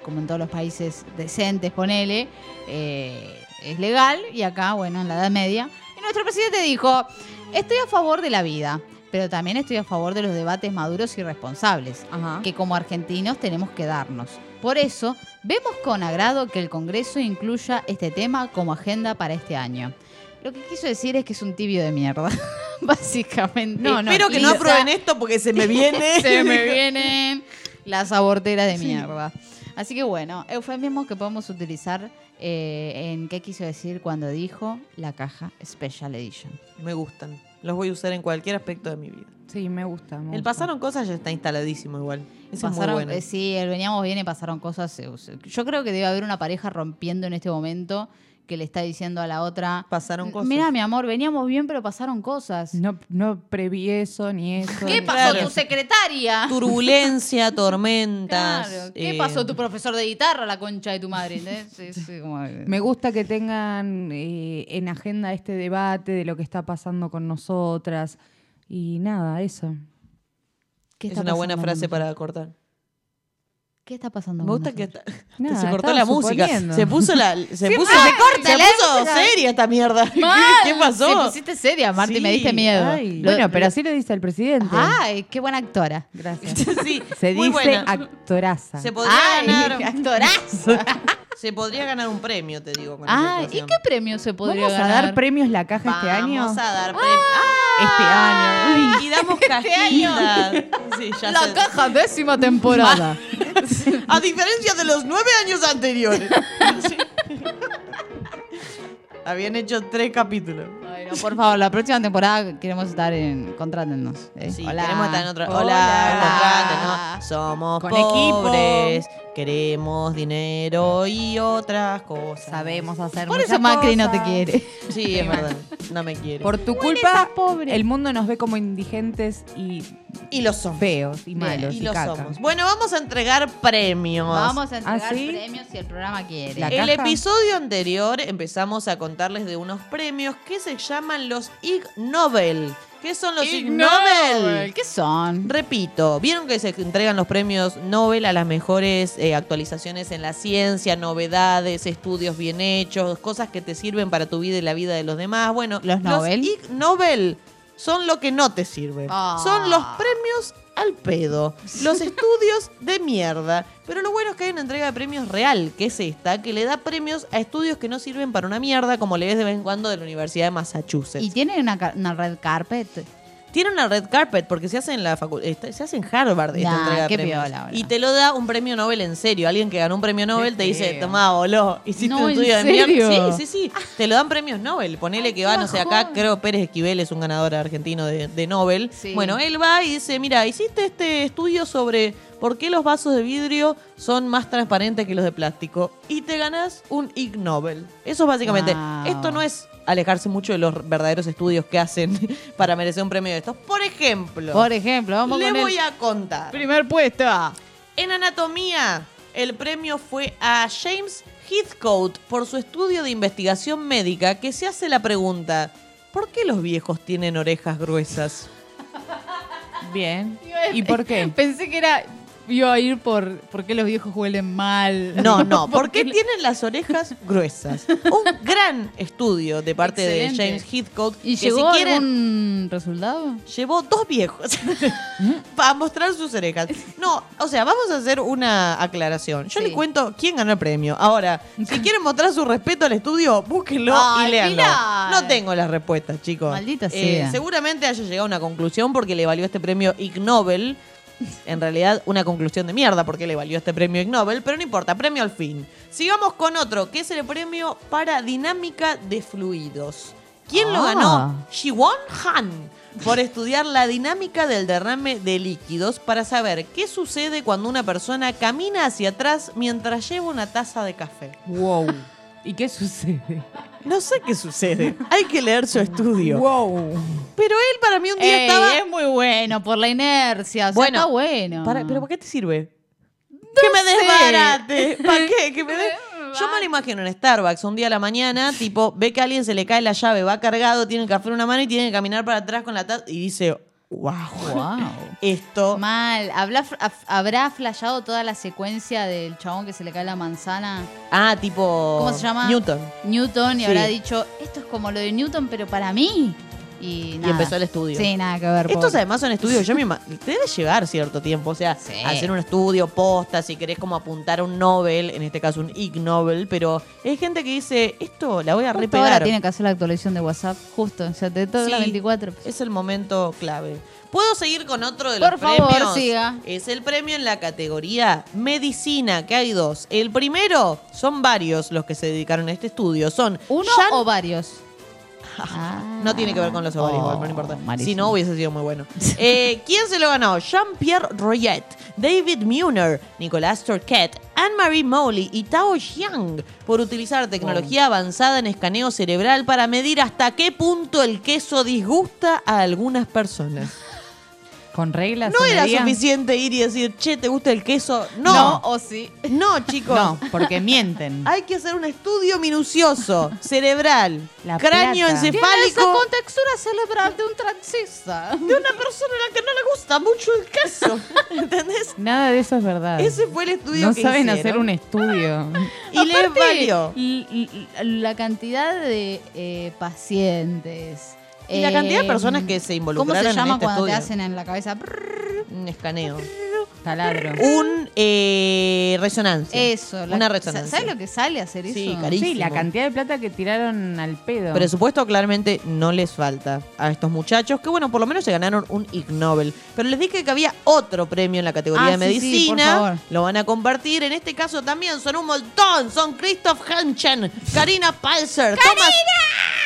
como en todos los países decentes, ponele, eh, es legal y acá, bueno, en la Edad Media. Y nuestro presidente dijo, estoy a favor de la vida, pero también estoy a favor de los debates maduros y responsables
Ajá.
que como argentinos tenemos que darnos. Por eso, vemos con agrado que el Congreso incluya este tema como agenda para este año. Lo que quiso decir es que es un tibio de mierda, básicamente.
No, no,
Espero que no
Lisa,
aprueben esto porque se me viene.
Se me vienen las aborteras de mierda. Así que bueno, eufemismos que podemos utilizar eh, en qué quiso decir cuando dijo la caja Special Edition.
Me gustan. Los voy a usar en cualquier aspecto de mi vida.
Sí, me gusta. me
El
gusta.
pasaron cosas ya está instaladísimo igual. Eso
pasaron,
es muy bueno.
eh, sí, el veníamos bien y pasaron cosas. eh, us- Yo creo que debe haber una pareja rompiendo en este momento que le está diciendo a la otra,
Pasaron cosas.
mira mi amor, veníamos bien pero pasaron cosas.
No, no preví eso ni eso. ni-
¿Qué pasó
Claro.
tu secretaria?
Turbulencia, tormentas.
Claro, ¿Qué
eh,
pasó tu profesor de guitarra, la concha de tu madre? ¿entendés? Sí, sí, como-
Me gusta que tengan eh, en agenda este debate de lo que está pasando con nosotras. Y nada, eso.
¿Qué
Es
está
una buena
pasando,
frase
mundo?
para cortar.
¿Qué está pasando?
Me
con
gusta que
nosotros?
está-
Nada,
se cortó
estaba
la música.
suponiendo.
Se puso la. Se puso,
ay,
se corta,
la
se puso
música.
seria esta mierda. ¿Qué,
Mal,
qué pasó?
Te pusiste seria, Marti,
Sí,
me diste miedo.
Ay,
Lo-
bueno, pero
lo- Ah.
así lo dice el presidente.
Ay, qué buena actora.
Gracias.
Sí,
Se
muy
dice
buena.
actoraza.
Se podría,
Ay,
ganar,
actoraza.
se podría ganar un premio, te digo. Con esa
Ah, ¿y
actuación.
qué premio se podría
¿Vamos a
ganar?
dar premios la caja
Vamos
este año?
a dar
Ah.
Este año.
premios. Y damos cajitas. Sí, ya
La
sé.
caja décima temporada.
A diferencia de los nueve años anteriores. Sí. Habían hecho tres capítulos.
Ay, no, por favor, la próxima temporada queremos estar en. Contrátennos. ¿eh?
Sí,
Hola.
queremos estar en otro. Hola, contraten, ¿no? Somos
Con
pobres, queremos dinero y otras cosas.
Sabemos hacer
Por
muchas
eso Macri no te
cosas.
quiere.
Sí, es verdad. No me quiere.
Por tu culpa, el mundo nos ve como indigentes y
Y lo somos.
feos y malos
y
y,
lo
caca.
somos. Bueno, vamos a entregar premios.
Vamos a entregar
¿Ah, sí?
premios si el programa quiere.
La-
El
caja?
episodio anterior empezamos a contarles de unos premios que se llaman los Ig Nobel. ¿Qué son los Ig, Nobel?
¿Qué son?
Repito, vieron que se entregan los premios Nobel a las mejores eh, actualizaciones en la ciencia, novedades, estudios bien hechos, cosas que te sirven para tu vida y la vida de los demás. Bueno,
¿Los Nobel?
Ig Nobel son lo que no te sirve.
Ah.
Son los premios al pedo, los estudios de mierda. Pero lo bueno es que hay una entrega de premios real, que es esta, que le da premios a estudios que no sirven para una mierda, como le ves de vez en cuando de la Universidad de Massachusetts.
¿Y tienen una, ca- una red carpet?
Tiene una red carpet porque se hace en la facu- esta- se hace en Harvard esta
Nah,
entrega de
qué
premios.
piola, boludo.
y te lo da un premio Nobel en serio. Alguien que ganó un premio Nobel te dice,
feo.
tomá, voló, hiciste
No,
un
¿en
estudio de
serio? Ah.
mierda. Sí, sí, sí. Te lo dan premios Nobel. Ponele que va, no sé, acá
bajón.
creo Pérez Esquivel es un ganador argentino de, de Nobel.
Sí.
Bueno, él va y dice, mira, hiciste este estudio sobre ¿Por qué los vasos de vidrio son más transparentes que los de plástico? Y te ganás un Ig Nobel. Eso es básicamente.
Wow.
Esto no es alejarse mucho de los verdaderos estudios que hacen para merecer un premio de estos. Por ejemplo,
Por ejemplo, vamos
le
con el
voy a contar.
primer puesto.
En anatomía, el premio fue a James Heathcote por su estudio de investigación médica que se hace la pregunta, ¿por qué los viejos tienen orejas gruesas?
Bien. ¿Y por qué?
Pensé que era iba a ir por por qué los viejos huelen mal.
No, no, ¿por
¿Por
qué
qué?
tienen las orejas gruesas? Un gran estudio de parte
Excelente.
de James Heathcote.
¿Y
que
llegó
si quieren-
algún resultado?
Llevó dos viejos para mostrar sus orejas. No, o sea, vamos a hacer una aclaración. Yo
Sí.
les cuento quién ganó el premio. Ahora, si quieren mostrar su respeto al estudio, búsquenlo
Ay,
y léanlo.
Pilar.
No tengo las respuestas, chicos.
Maldita
Eh,
sea.
Seguramente haya llegado a una conclusión porque le valió este premio Ig Nobel. En realidad, una conclusión de mierda porque le valió este premio Ig Nobel, pero no importa, premio al fin. Sigamos con otro, que es el premio para dinámica de fluidos. ¿Quién lo
Ah.
ganó? Shiwon Han por estudiar la dinámica del derrame de líquidos para saber qué sucede cuando una persona camina hacia atrás mientras lleva una taza de café.
Wow. ¿Y qué sucede?
No sé qué sucede. Hay que leer su estudio.
Wow.
Pero él para mí un día
Ey,
estaba...
es muy bueno por la inercia, o sea,
Bueno,
está bueno.
Para- ¿Pero por qué te sirve? que me desbarate. ¿Para qué? Que me des- Yo me lo imagino en Starbucks un día a la mañana, tipo, ve que a alguien se le cae la llave, va cargado, tiene el café en una mano y tiene que caminar para atrás con la taza y dice, wow,
Wow.
esto...
Mal, ¿Habrá, af- habrá flasheado toda la secuencia del chabón que se le cae la manzana?
Ah, tipo...
¿Cómo se llama?
Newton.
Newton y
Sí.
habrá dicho, esto es como lo de Newton, pero para mí. Y, nada.
empezó el estudio.
Sí, nada que ver.
Estos
pobre.
además son estudios, yo me ima- te debe llevar cierto tiempo, o sea,
Sí.
hacer un estudio posta, si querés como apuntar a un Nobel, en este caso un Ig Nobel, pero hay gente que dice, esto la voy a
Justo
repegar.
ahora tiene que hacer la actualización de WhatsApp, justo. O sea, te toca la
Sí.
24.
Es el momento clave. ¿Puedo seguir con otro de
Por
los
favor,
premios?
siga.
Es el premio en la categoría medicina, que hay dos. El primero, son varios los que se dedicaron a este estudio. Son
¿Uno
Jan-
o varios? Ah.
No tiene que ver con los ovarios,
Oh,
igual, pero no importa.
malísimo.
Si no, hubiese sido muy bueno. Eh, ¿Quién se lo ganó? Jean-Pierre Royet, David Muner, Nicolas Turquette, Anne-Marie Mowley y Tao Xiang por utilizar tecnología avanzada en escaneo cerebral para medir hasta qué punto el queso disgusta a algunas personas.
¿Con reglas?
No
se
era
medían?
suficiente ir y decir, che, ¿te gusta el queso? No.
No,
o Oh, sí. No, chicos.
No, porque mienten.
Hay que hacer un estudio minucioso, cerebral,
La
cráneo
plata.
Tiene esa
encefálico
contextura cerebral de un transista.
de una persona a la que no le gusta mucho el queso. ¿Entendés?
Nada de eso es verdad.
Ese fue el estudio
no
que
saben
hicieron.
hacer un estudio.
Y les
Aparte,
valió.
l- l- La cantidad de eh, pacientes.
Y la cantidad de
eh,
personas que se involucraron
¿Cómo se llama
en este
cuando
estudio.
te hacen en la cabeza? Prrr,
Un escaneo.
Taladro.
Un eh, resonancia.
Eso. la-
Una resonancia.
¿Sabes lo que sale a hacer eso?
Sí, carísimo.
Sí, la cantidad de plata que tiraron al pedo.
Presupuesto claramente no les falta a estos muchachos, que bueno, por lo menos se ganaron un Ig Nobel. Pero les dije que había otro premio en la categoría
Ah,
de
sí, sí, por
medicina.
favor.
Lo van a compartir. En este caso también son un montón. Son Christoph Hanchen, Karina Palser, Thomas,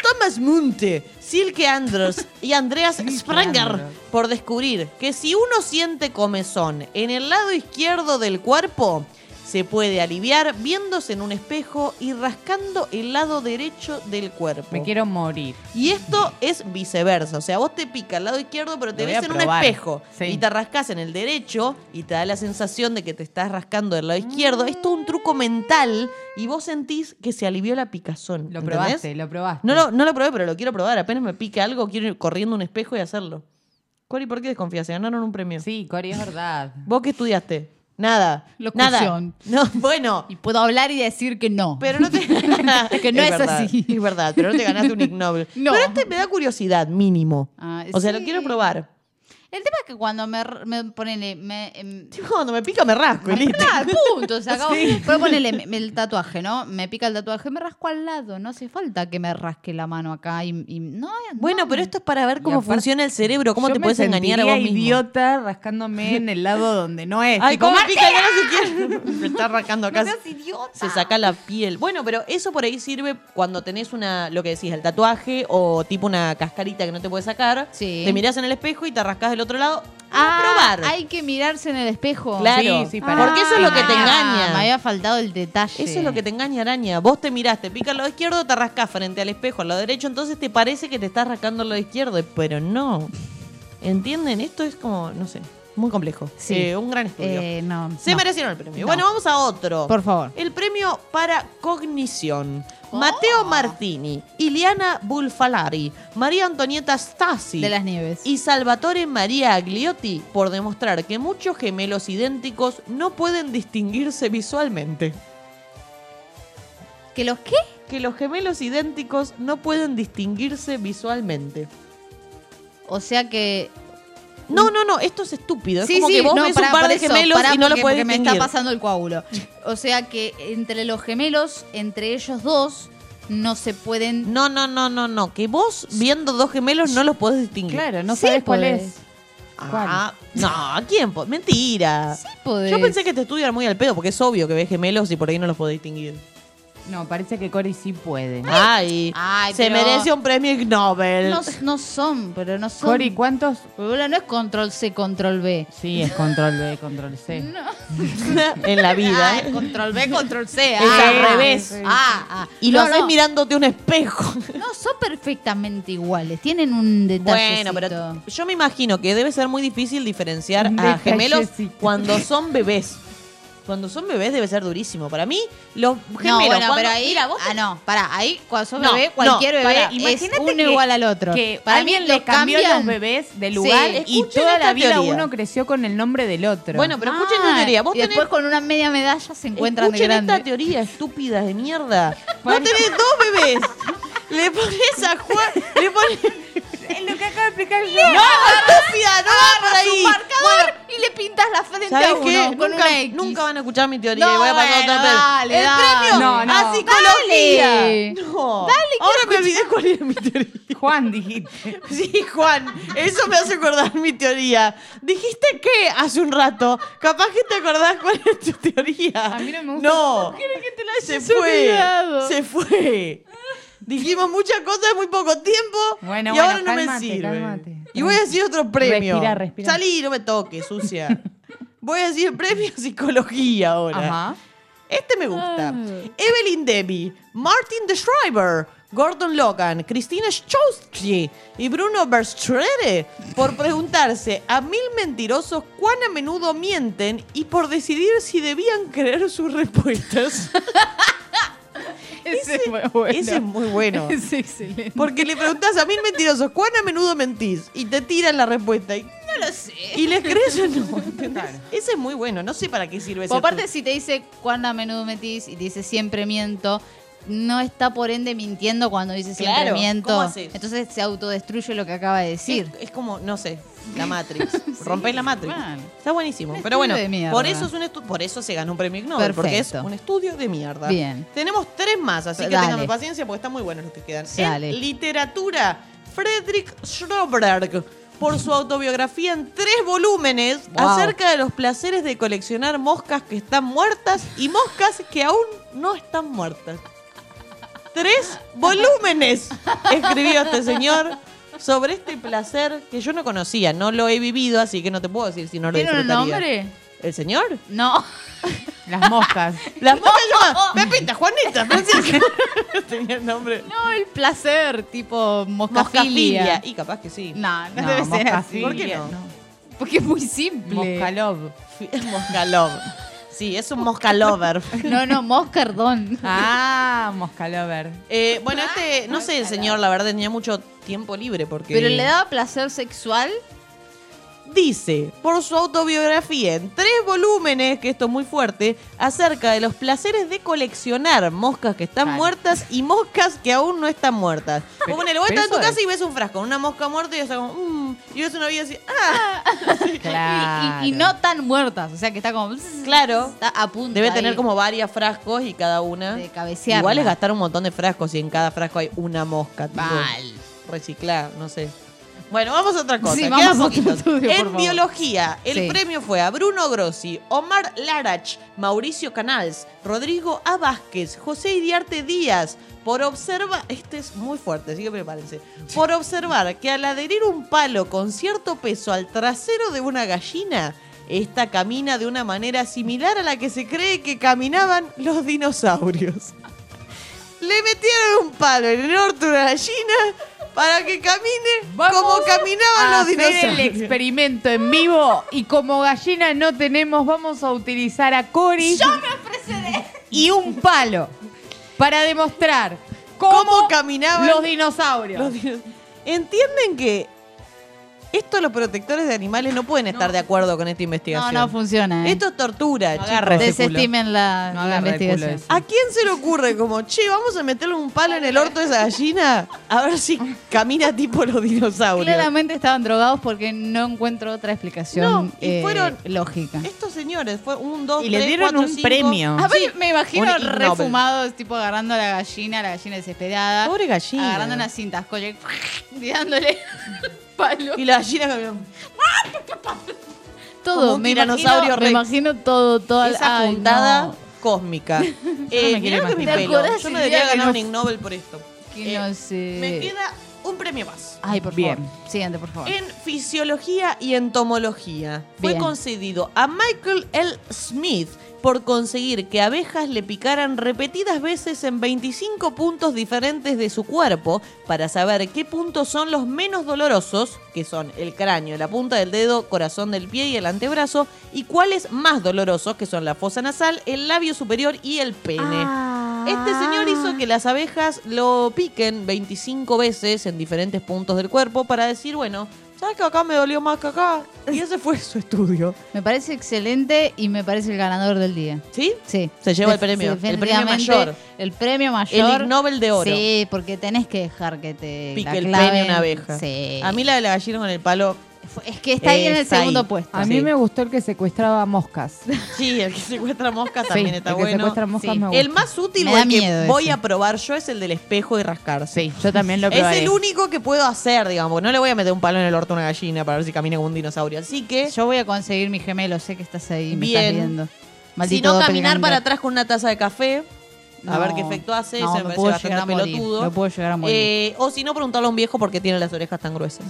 Thomas Munte, Silke Andros y Andreas Spranger
Andros.
por descubrir que si uno siente comezón en el lado izquierdo del cuerpo, se puede aliviar viéndose en un espejo y rascando el lado derecho del cuerpo.
Me quiero morir.
Y esto es viceversa. O sea, vos te pica el lado izquierdo, pero te
Lo voy
ves
a
en un
probar.
espejo.
Sí.
Y te rascas en el derecho y te da la sensación de que te estás rascando del lado izquierdo. Esto es un truco mental y vos sentís que se alivió la picazón.
Lo
¿entendés?
probaste, lo probaste.
No lo, no lo probé, pero lo quiero probar. Apenas me pica algo, quiero ir corriendo a un espejo y hacerlo. Cori, ¿por qué desconfías? Se ganaron un premio.
Sí, Cori, es verdad.
¿Vos qué estudiaste? Nada.
Locución.
Nada. No, bueno.
Y puedo hablar y decir que no.
Pero no te.
Que no es
verdad,
así.
Es verdad, pero no te ganaste un Ig Nobel.
No.
Pero este me da curiosidad, mínimo.
Ah,
o sea, lo
sí.
quiero probar.
El tema es que cuando me, r- me ponele, me, em,
Tipo, Cuando me pica, me rasco y listo.
Ah, punto, se acabó. Pero ponele me- me- el tatuaje, ¿no? Me pica el tatuaje, me rasco al lado. No hace falta que me rasque la mano acá y, y- no, no.
Bueno, pero esto es para ver cómo
aparte-
funciona el cerebro, cómo
Yo
te
me
puedes engañar a vos
sentiría
mismo.
idiota rascándose en el lado donde no es.
Ay,
Tipo,
cómo me pica, ya no se quiere. Este, Me está rascando acá. Se saca la piel. Bueno, pero eso por ahí sirve cuando tenés una, lo que decís, el tatuaje o tipo una cascarita que no te puedes sacar.
Sí.
Te mirás en el espejo y te rascás del otro lado.
Ah,
a probar.
hay que mirarse en el espejo.
Claro,
Sí, sí, para-
porque eso es lo que te
Ah,
engaña.
Me había faltado el detalle.
Eso es lo que te engaña, araña. Vos te mirás, te pica al lado izquierdo, te rascás frente al espejo, al lado derecho, entonces te parece que te estás rascando al lado izquierdo, pero no. ¿Entienden? Esto es como, no sé, muy complejo.
Sí.
Eh, un gran estudio.
Eh, no.
Se
no.
merecieron el premio.
No.
Bueno, vamos a otro.
Por favor.
El premio para cognición.
Oh.
Mateo Martini, Iliana Bulfalari, María Antonieta Stasi
De las nieves.
y Salvatore María Agliotti por demostrar que muchos gemelos idénticos no pueden distinguirse visualmente.
¿Que los qué?
Que los gemelos idénticos no pueden distinguirse visualmente.
O sea que.
No, no, no, esto es estúpido. Es
Mm. Sí,
como
sí,
que vos
no,
ves
pará,
un par
por
de
eso,
gemelos
pará,
y no lo
porque-
puedes
porque me
distinguir.
está pasando el coágulo. O sea que entre los gemelos, entre ellos dos, no se pueden.
No, no, no, no, no. Que vos viendo dos gemelos no los podés distinguir.
Claro, no
Sí,
sabes cuál
podés.
es.
Ah, no, ¿quién? po- Mentira.
Sí, podés.
Yo pensé que te estudian muy al pedo, porque es obvio que ves gemelos y por ahí no los podés distinguir.
No, parece que Cory sí puede.
Ah, Ay,
Ay,
se
pero-
merece un premio Ig Nobel.
No, no son, pero no son.
Cory, ¿cuántos?
Pero no es control C, control B.
Sí, es control B, control C.
en la vida.
Ah,
¿eh?
es control B, control C.
Es
ah,
al revés.
Ah, ah.
Y
No,
lo haces
no.
mirándote un espejo.
No, son perfectamente iguales. Tienen un detalle.
Bueno, pero yo me imagino que debe ser muy difícil diferenciar
Un
a gemelos
detallecito.
cuando son bebés. Cuando son bebés debe ser durísimo. Para mí, los gemelos.
no, bueno,
cuando-
pero ahí.
Mira, vos
Ah, no, para ahí, cuando sos
No,
bebé,
no,
cualquier bebé
pará.
es
Imagínate
uno
que-
igual al otro.
Que
para mí
alguien le cambió los bebés de lugar
Sí.
y
Escuchen
toda la
esta
vida
teoría.
uno creció con el nombre del otro.
Bueno, pero escuchen
Ah,
la teoría. Vos
y después
tenés-
con una media medalla se encuentran
Escuchen
de grande.
esta teoría estúpida de mierda. Vos tenés dos bebés. Le pones a Juan. Le pones.
es lo que acabo de explicar yo.
¡No! ¡Estúpida! ¡No va por
un
Ah, ahí!
marcador y le pintas la frente a
¿Sabes
uno
qué?
con
Nunca,
una X.
nunca van a escuchar mi teoría.
No,
y voy a pasar
bueno,
otra vez.
dale,
¡El
dale.
premio!
No, no.
¡A psicología!
Dale.
¡No! Ahora me olvidé cuál era mi teoría.
Juan dijiste.
Sí, Juan, eso me hace acordar mi teoría. Dijiste que hace un rato, capaz que te acordás cuál es tu teoría.
A mí no me gusta.
No. se fue.
olvidado?
Se fue. Dijimos muchas cosas en muy poco tiempo.
Bueno,
y
bueno,
ahora no
cálmate,
me sirve.
cálmate.
Y voy a decir otro premio.
Respira, respira.
Salí, no me toques, sucia. voy a decir premio psicología ahora.
Ajá.
Este me gusta. Evelyn Debbie, Martin the Schreiber, Gordon Logan, Cristina Schostri y Bruno Berstrere por preguntarse a mil mentirosos cuán a menudo mienten y por decidir si debían creer sus respuestas.
Ese fue bueno.
Ese es muy bueno.
Es excelente.
Porque le preguntas a mil mentirosos cuán a menudo mentís y te tiran la respuesta. Y,
No lo sé.
y les crees o no. ¿entendés? Ese es muy bueno. No sé para qué sirve ese
O Pues aparte,
estudio.
si te dice cuán a menudo metís y te dice siempre miento, no está por ende mintiendo cuando dice siempre
Claro,
miento.
¿cómo haces?
Entonces se autodestruye lo que acaba de decir.
Es, es como, no sé, la Matrix. Rompés la Matrix.
claro.
Está buenísimo.
Un
Pero bueno,
estudio de mierda.
por eso, es un estu- por eso se ganó un premio Ig Nobel, porque es
Perfecto.
un estudio de mierda.
Bien.
Tenemos tres más, así que
Dale.
tengan paciencia porque están muy buenos los que quedan.
Dale.
En literatura, Frederick Schroberg, por su autobiografía en tres volúmenes
Wow.
acerca de los placeres de coleccionar moscas que están muertas y moscas que aún no están muertas. Tres volúmenes escribió este señor sobre este placer que yo no conocía, no lo he vivido, así que no te puedo decir si no lo
¿Tiene un
disfrutaría.
nombre?
¿El señor?
No.
Las moscas.
Las moscas llamaban Pepita, Juanita, Francisca. Tenía el nombre.
No, el placer, tipo moscafilia.
Moscafilia. Y capaz que sí.
No, no,
No,
debe ser así.
moscafilia.
¿Por qué no?
Porque es muy simple.
Moscalov.
Es moscalov. Sí, es un moscalover.
No, no, moscardón.
Ah, moscalover.
Eh, bueno, este, no sé, el señor, la verdad, tenía mucho tiempo libre porque...
Pero le daba placer sexual.
Dice, por su autobiografía en tres volúmenes, que esto es muy fuerte, acerca de los placeres de coleccionar moscas que están
Claro.
muertas y moscas que aún no están muertas.
Pero-
Como en el vos
pero
estás en tu
eso
casa y ves un frasco, una mosca muerta y estás como, mmm, y ves una vida así, ah,
Claro.
Y, y- y no tan muertas. O sea que está como.
claro.
Está a punto.
Debe
ahí
tener como varias frascos y cada una.
De cabecearla.
Igual es gastar un montón de frascos y en cada frasco hay una mosca. tipo,
Mal.
Reciclar, no sé. Bueno, vamos a otra cosa.
Sí,
queda
vamos a otro
poquito.
estudio, por
En
favor.
biología, el
Sí.
premio fue a Bruno Grossi, Omar Larach, Mauricio Canals, Rodrigo A. Vázquez, José Idiarte Díaz, por observar. Este es muy fuerte, así que prepárense. Por observar que al adherir un palo con cierto peso al trasero de una gallina. Esta camina de una manera similar a la que se cree que caminaban los dinosaurios. Le metieron un palo en el orto de una gallina para que camine como caminaban
a
los
hacer el
dinosaurios.
experimento en vivo y como gallina no tenemos, vamos a utilizar a Cory. Yo me ofreceré. Y un palo para demostrar cómo,
¿Cómo caminaban
los dinosaurios.
los dinosaurios? ¿Entienden que esto los protectores de animales no pueden estar de acuerdo con esta
No,
investigación?
no funciona. ¿eh?
Esto es tortura, chicos.
agarra ese culo.
Desestimen la,
No agarra
la
el culo
investigación.
ese.
¿A quién se le ocurre como, che, vamos a meterle un palo en el orto de esa gallina a ver si camina tipo los
Ah,
dinosaurios?
Claramente estaban drogados porque no encuentro otra explicación
No, y
eh,
fueron-
lógica.
Estos señores, fue un, dos,
Y le
tres,
dieron
cuatro,
un
cinco.
premio.
A ver, me imagino
Un Ig Nobel.
refumados, tipo agarrando a la gallina, la gallina desesperada.
Pobre gallina.
Agarrando unas cintas, colle, y dándole palo.
Y la gallina caminó. como
todo,
un
me
tiranosaurio
imagino, me
Rex.
imagino todo, toda
Esa
ay,
puntada
no.
cósmica.
quiero
eh, mirá lo que es mi
imaginar. ¿Te
pelo.
acordás
Yo
el
me debería
día que
ganar un
nos-
Ig Nobel por esto.
Que Ah,
Eh,
no sé.
Me queda un premio más.
Ay, por
Bien.
favor. Siguiente, por favor.
En fisiología y entomología fue
Bien.
concedido a Michael L. Smith por conseguir que abejas le picaran repetidas veces en 25 puntos diferentes de su cuerpo para saber qué puntos son los menos dolorosos, que son el cráneo, la punta del dedo, corazón del pie y el antebrazo, y cuáles más dolorosos, que son la fosa nasal, el labio superior y el pene. Este señor hizo que las abejas lo piquen 25 veces en diferentes puntos del cuerpo para decir, bueno, ¿sabes que acá me dolió más que acá? Y ese fue su estudio.
Me parece excelente y me parece el ganador del día.
¿Sí?
Sí.
Se lleva el
Def-
premio, el premio
definitivamente,
mayor.
El premio
El
mayor.
Ig Nobel de oro.
Sí, porque tenés que dejar que te
Pique
la
el
claven.
pene una abeja.
Sí.
A mí la de la gallina con el palo.
Fue- es que está ahí en el
Está ahí.
segundo puesto.
A mí
Sí.
me gustó el que secuestraba moscas.
Sí, el que secuestra moscas también
Sí,
está
el que
bueno.
secuestra moscas
Sí.
me gusta.
El más útil
Me
o
da
el que
miedo
voy
ese.
a probar yo es el del espejo y rascarse.
Sí, yo también lo probaré.
Es el único que puedo hacer, digamos. No le voy a meter un palo en el orto a una gallina para ver si camina como un dinosaurio. Así que,
Yo voy a conseguir mi gemelo, sé que estás ahí, me
Bien.
estás viendo.
si
Maldito
no, caminar
doppelganger.
para atrás con una taza de café. A
No,
ver qué efecto hace.
no,
Eso me,
me
parece
puedo
bastante
llegar a morir,
pelotudo.
me puedo llegar a morir.
Eh, o si no, preguntarle a un viejo por qué tiene las orejas tan gruesas.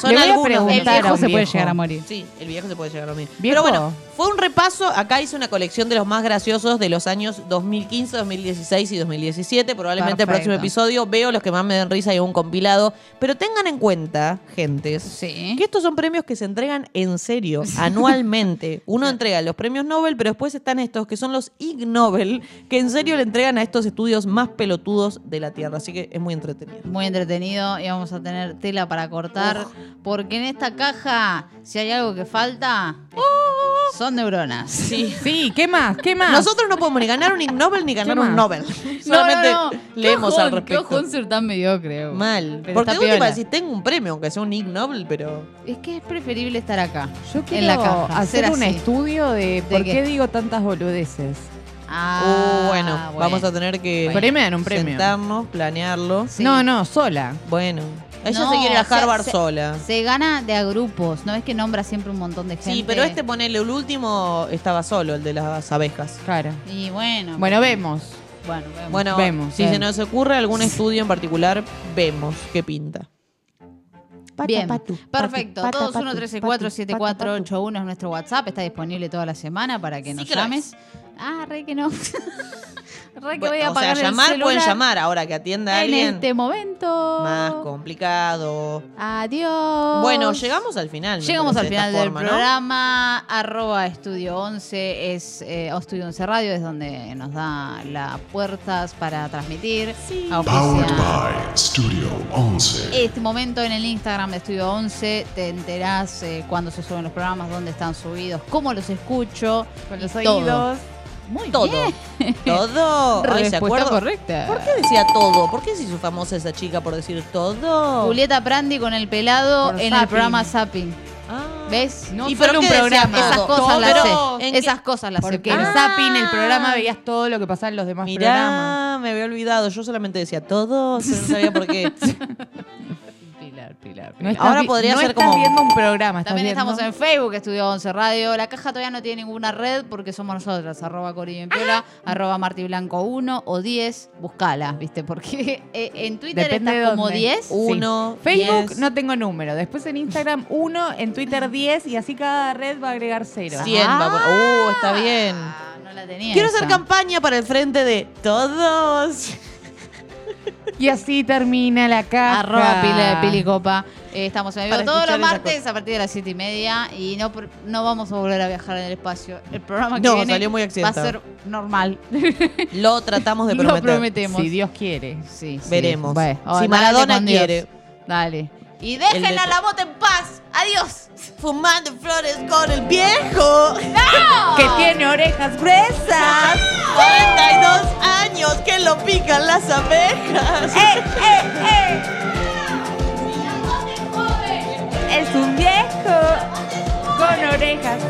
Son
Le voy a
algunos de los-
El
preguntar a
viejo
un
se puede
viejo.
llegar a morir.
Sí, el viejo se puede llegar a dormir. Pero
¿Viejo?
bueno, fue un repaso. Acá hice una colección de los más graciosos de los años 2015, 2016 y 2017. Probablemente el próximo
Perfecto.
episodio veo los que más me den risa y un compilado. Pero tengan en cuenta, gentes,
Sí.
que estos son premios que se entregan en serio, anualmente. Uno entrega los premios Nobel, pero después están estos que son los Ig Nobel, que en serio le entregan a estos estudios más pelotudos de la Tierra. Así que es muy entretenido.
Muy entretenido y vamos a tener tela para cortar. Porque en esta caja, si hay algo que falta, son neuronas.
Sí, ¿qué más? ¿Qué más?
Nosotros no podemos ni ganar un Ig Nobel ni ganar
¿Qué
un
más?
Nobel.
No, no,
Solamente
no.
leemos
Qué
al
ojón, Qué
respecto.
ojón ser tan mediocre. güey.
Mal.
Pero
Porque
está
de última
piola.
decís, tengo un premio, aunque sea un Ig Nobel, pero.
Es que es preferible estar acá.
Yo quiero
la caja,
hacer
hacer
un
así.
estudio de por
qué?
qué? digo tantas boludeces.
Ah,
Uh, bueno, vamos a tener que
Por ahí me dan un premio.
sentarnos, planearlo.
Sí.
No, no, sola.
Bueno. Ella
No,
se quiere ir a
o sea,
Harvard
se-
sola.
Se gana de a grupos, no es que nombra siempre un montón de gente.
Sí, pero este ponele, el último estaba solo, el de las abejas.
Claro.
Y este- bueno.
Bueno, vemos.
bueno, vemos.
Bueno,
Vemos,
si
bien.
se nos ocurre algún estudio en particular, vemos qué pinta.
Bien, perfecto. 21347481 es nuestro WhatsApp. Está disponible toda la semana para que
Sí
nos
que lo
llames. Ah, re que no. re que voy a
Bueno, o sea,
apagar el
llamar
celular
pueden llamar ahora que atienda a
en
alguien.
este momento.
Más complicado.
Adiós.
Bueno, llegamos al final. me
Llegamos al
parece, de
final
esta
del
forma, ¿no?
programa. Arroba Estudio 11 es eh, o Estudio 11 Radio, es donde nos da las puertas para transmitir.
Powered
Auspicia-
by Studio 11.
este momento en el Instagram de Estudio 11 te enterás eh, cuándo se suben los programas, dónde están subidos, cómo los escucho.
Con
y
los
todo.
oídos.
Muy
Todo.
bien.
Todo. Ay, ¿se
Respuesta
acuerdan?
correcta.
¿Por qué decía todo? ¿Por qué se hizo famosa esa chica por decir todo?
Julieta Prandi con el pelado
Por
en el
zapping.
programa Zapping.
Ah.
¿Ves?
No
¿Y
solo
por
un
qué decía
programa.
todo?
Esas cosas
Todo.
las
Pero, ¿en
sé.
qué-
Esas cosas las sé.
Porque el
pero-
zapping, el programa, veías todo lo que pasaba en los demás
Mirá,
programas.
me había olvidado. Yo solamente decía todo. pero no sabía por qué.
Pilar,
Pilar.
estás Ahora vi- podría no ser estás como-
viendo
viendo
un programa.
También estamos en Facebook, Estudio 11 Radio. La caja todavía no tiene ninguna red porque somos nosotras. Arroba Cori Benpiola, arroba Marti Blanco 1 o 10. Buscala, ¿viste? Porque eh, en Twitter
Depende de
está como
dónde.
10.
Uno,
Facebook
diez.
no tengo número. Después en Instagram uno, en Twitter 10 y así cada red va a agregar cero.
100 va a poner. Uh, está bien.
Ah, no la tenía.
Quiero
esa.
hacer campaña para el frente de todos.
Y así termina la caja.
Arroba pila de pilicopa. Eh, estamos en vivo
Para
todos los
escuchar esa
martes a partir de las 7 y media. Y no, por- no vamos a volver a viajar en el espacio. El programa que
No,
viene
salió muy
va a
accidentado.
ser normal.
Lo tratamos de
Lo
prometer.
prometemos.
Si Dios quiere.
Sí, sí.
Veremos.
Bueno,
Si
dale
Maradona
con Dios.
quiere.
Dale. Y
El
déjenla
de-
la bota en paz. Adiós.
Fumando flores con el viejo.
Que tiene orejas gruesas.
42 años que lo pican las abejas.
¡Eh, eh, eh! Es un viejo con orejas